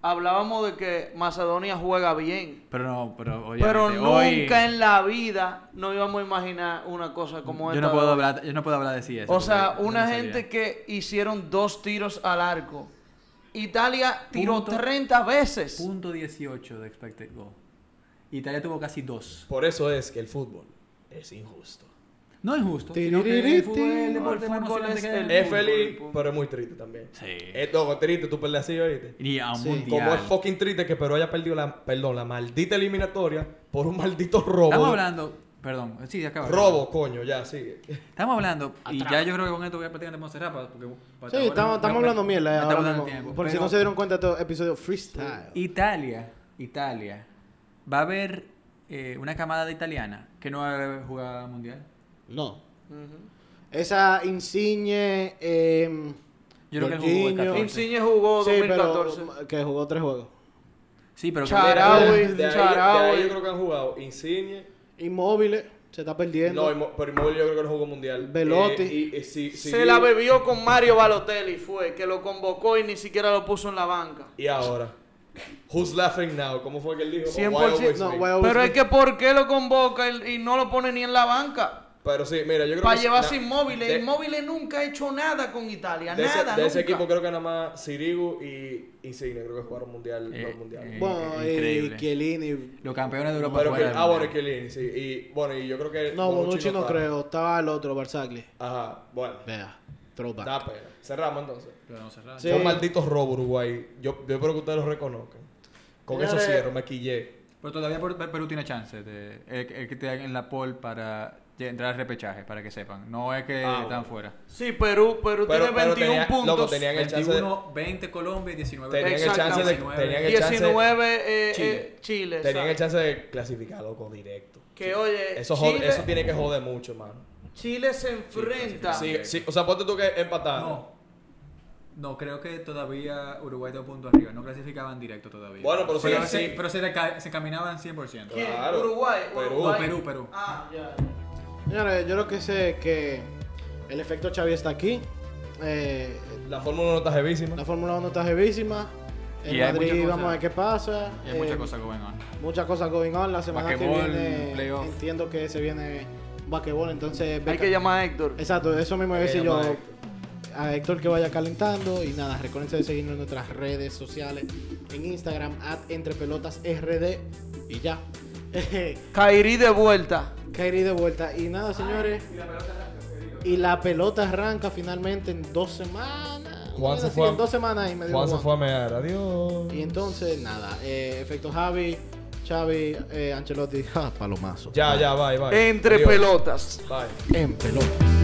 E: hablábamos de que Macedonia juega bien.
C: Pero no, pero
E: Pero
C: obviamente
E: nunca
C: hoy-
E: en la vida nos íbamos a imaginar una cosa como
C: yo
E: esta.
C: no puedo hablar, yo no puedo hablar de sí eso.
E: O sea,
C: porque
E: una
C: no sería.
E: gente que hicieron dos tiros al arco. Italia tiró
C: Punto.
E: 30 veces.
C: punto 18 de expected goal. Italia tuvo casi dos.
A: Por eso es que el fútbol es injusto.
C: No es justo.
D: Tiririrí,
C: sino que el fútbol, el
D: tiririrí.
C: deporte
E: El
C: más
E: fútbol
C: emocionante
E: es
C: que hay
E: el
C: en el
A: Es
E: fútbol,
A: feliz,
E: punto.
A: pero es muy triste también.
C: Sí.
A: Es todo triste, tú perdés así ahorita.
C: Y a un
D: Sí.
C: mundial.
A: Como es fucking triste que Perú haya perdido la, perdón, la maldita eliminatoria por un maldito robo.
C: Estamos hablando, perdón, sí, acaba.
A: Robo, coño, ya, sigue.
C: Estamos hablando y ya yo creo que con esto voy a prácticamente vamos a cerrar para- porque para-
D: Sí,
C: ahora-
D: estamos, estamos hablando mierda. eh,
C: estamos
D: ahora
C: dando
D: mismo.
C: tiempo,
D: Por si
C: pero-
D: no se dieron cuenta, este episodio freestyle.
C: Italia, Italia va a haber eh, una camada de italiana que no va a jugar mundial.
D: No.
E: Ujú.
D: Esa insigne. Eh,
C: Yo creo que él jugó el
D: Jorginho.
C: 14.
E: Insigne jugó
D: sí,
E: 2014.
D: pero. Que jugó tres juegos.
C: Sí, pero que-
E: Charaui.
A: De ahí, de ahí yo creo que han jugado Insigne.
D: Inmóviles. eh, Se está perdiendo.
A: No, Inmo- pero Inmóvil yo creo que no jugó mundial.
D: Velotti.
A: Eh, y- y si- si-
E: Se la bebió con Mario Balotelli, fue, que lo convocó y ni siquiera lo puso en la banca.
A: Y ahora. Who's laughing now? ¿Cómo fue que él dijo?
E: 100%,
A: Why always
D: No,
A: me?
D: Guayo
E: Pero es
D: Busquets.
E: que ¿por qué lo convoca y y no lo pone ni en la banca?
A: Pero sí, mira, yo creo
E: Para
A: que-
E: llevarse
A: na-
E: inmóviles.
A: de-
E: Inmóviles nunca ha hecho nada con Italia.
A: De ese,
E: nada,
A: de ese
E: nunca.
A: equipo creo que nada más Sirigu y Insigne creo que jugaron mundial,
C: Eh,
A: dos mundiales.
C: eh,
D: Bueno,
C: Increíble.
D: y Chiellini.
C: los campeones de Europa
A: pero que,
C: fuera del
A: ah, bueno, y
C: mundial.
A: Chiellini, sí. Y bueno, y yo creo que.
D: No, Bonucci no
A: está.
D: creo. Estaba el otro, Barzagli.
A: Ajá, bueno.
D: Vea. Throwback.
A: Da pena. Cerramos entonces.
C: Lo vamos a cerrar.
D: Sí.
A: Son malditos robos, Uruguay. Yo, yo espero que ustedes los reconozcan. Con eso
D: Señores.
A: cierro, me quillé.
C: Pero todavía Perú, Perú tiene chance de el, el que te hagan en la pole para ya entrar al repechaje, para que sepan. No es que
A: Ah,
C: están
A: bueno.
C: fuera.
E: Sí, Perú, Perú
A: Pero-
E: tiene
A: pero
E: 21
A: tenía- loco,
E: puntos.
A: tenía- Tenían el chance de-
C: 21, 20 Colombia y 19
A: Tenían el chance de-
C: Exactamente.
A: tenían el- chance-
E: 19 eh, eh, Chile.
A: Chile. Tenían el chance de clasificar, loco, directo.
E: Que oye,
A: Eso, jode-
E: Eh, Chile,
A: eso tiene que joder mucho, hermano.
E: Chile se enfrenta.
A: Sí, sí, o sea, ponte tú que empataron.
C: No. No, creo que todavía Uruguay está un punto arriba. No clasificaban directo todavía.
A: Bueno, pero
C: Pero
A: sí,
C: se,
A: sí.
C: pero se, deca- se caminaban 100%.
E: ¿Quién?
A: Claro.
E: Uruguay.
A: Perú.
C: No,
E: Uruguay.
C: Perú, Perú.
E: Ah, ya. ya.
D: Señores, yo lo que sé es que el efecto Xavi está aquí. Eh,
A: La Fórmula 1 está jevísima.
D: la Fórmula 1 está jevísima. En
C: Y hay muchas
D: Madrid
C: cosas.
D: vamos a ver qué pasa.
C: Y hay muchas
D: Eh,
C: cosas going on.
D: Muchas cosas going on. La semana
C: Basquetbol,
D: que viene
C: playoff.
D: entiendo que se viene basquetbol, entonces
E: Hay
D: beca-
E: que llamar a Héctor.
D: Exacto, eso mismo iba a
A: Hay que
D: decir yo
A: llamar a Héctor.
D: a Héctor que vaya calentando y nada, recuerden de seguirnos en nuestras redes sociales, en Instagram @entrepelotasrd y ya. (laughs) Eh,
E: Kairi de vuelta.
D: Kairi de vuelta. Y nada, señores. Y la pelota arranca finalmente en dos semanas.
A: Juan se
D: Bueno, sí,
A: fue a-
D: en dos semanas y medio.
A: Juan se fue a mear. Adiós.
D: Y entonces, nada. eh, efecto Javi, Xavi, eh, Ancelotti. (laughs) Ja, palomazo.
A: Ya, ya, bye, bye.
E: Entre
A: Adiós.
E: pelotas.
A: Bye.
D: En pelotas.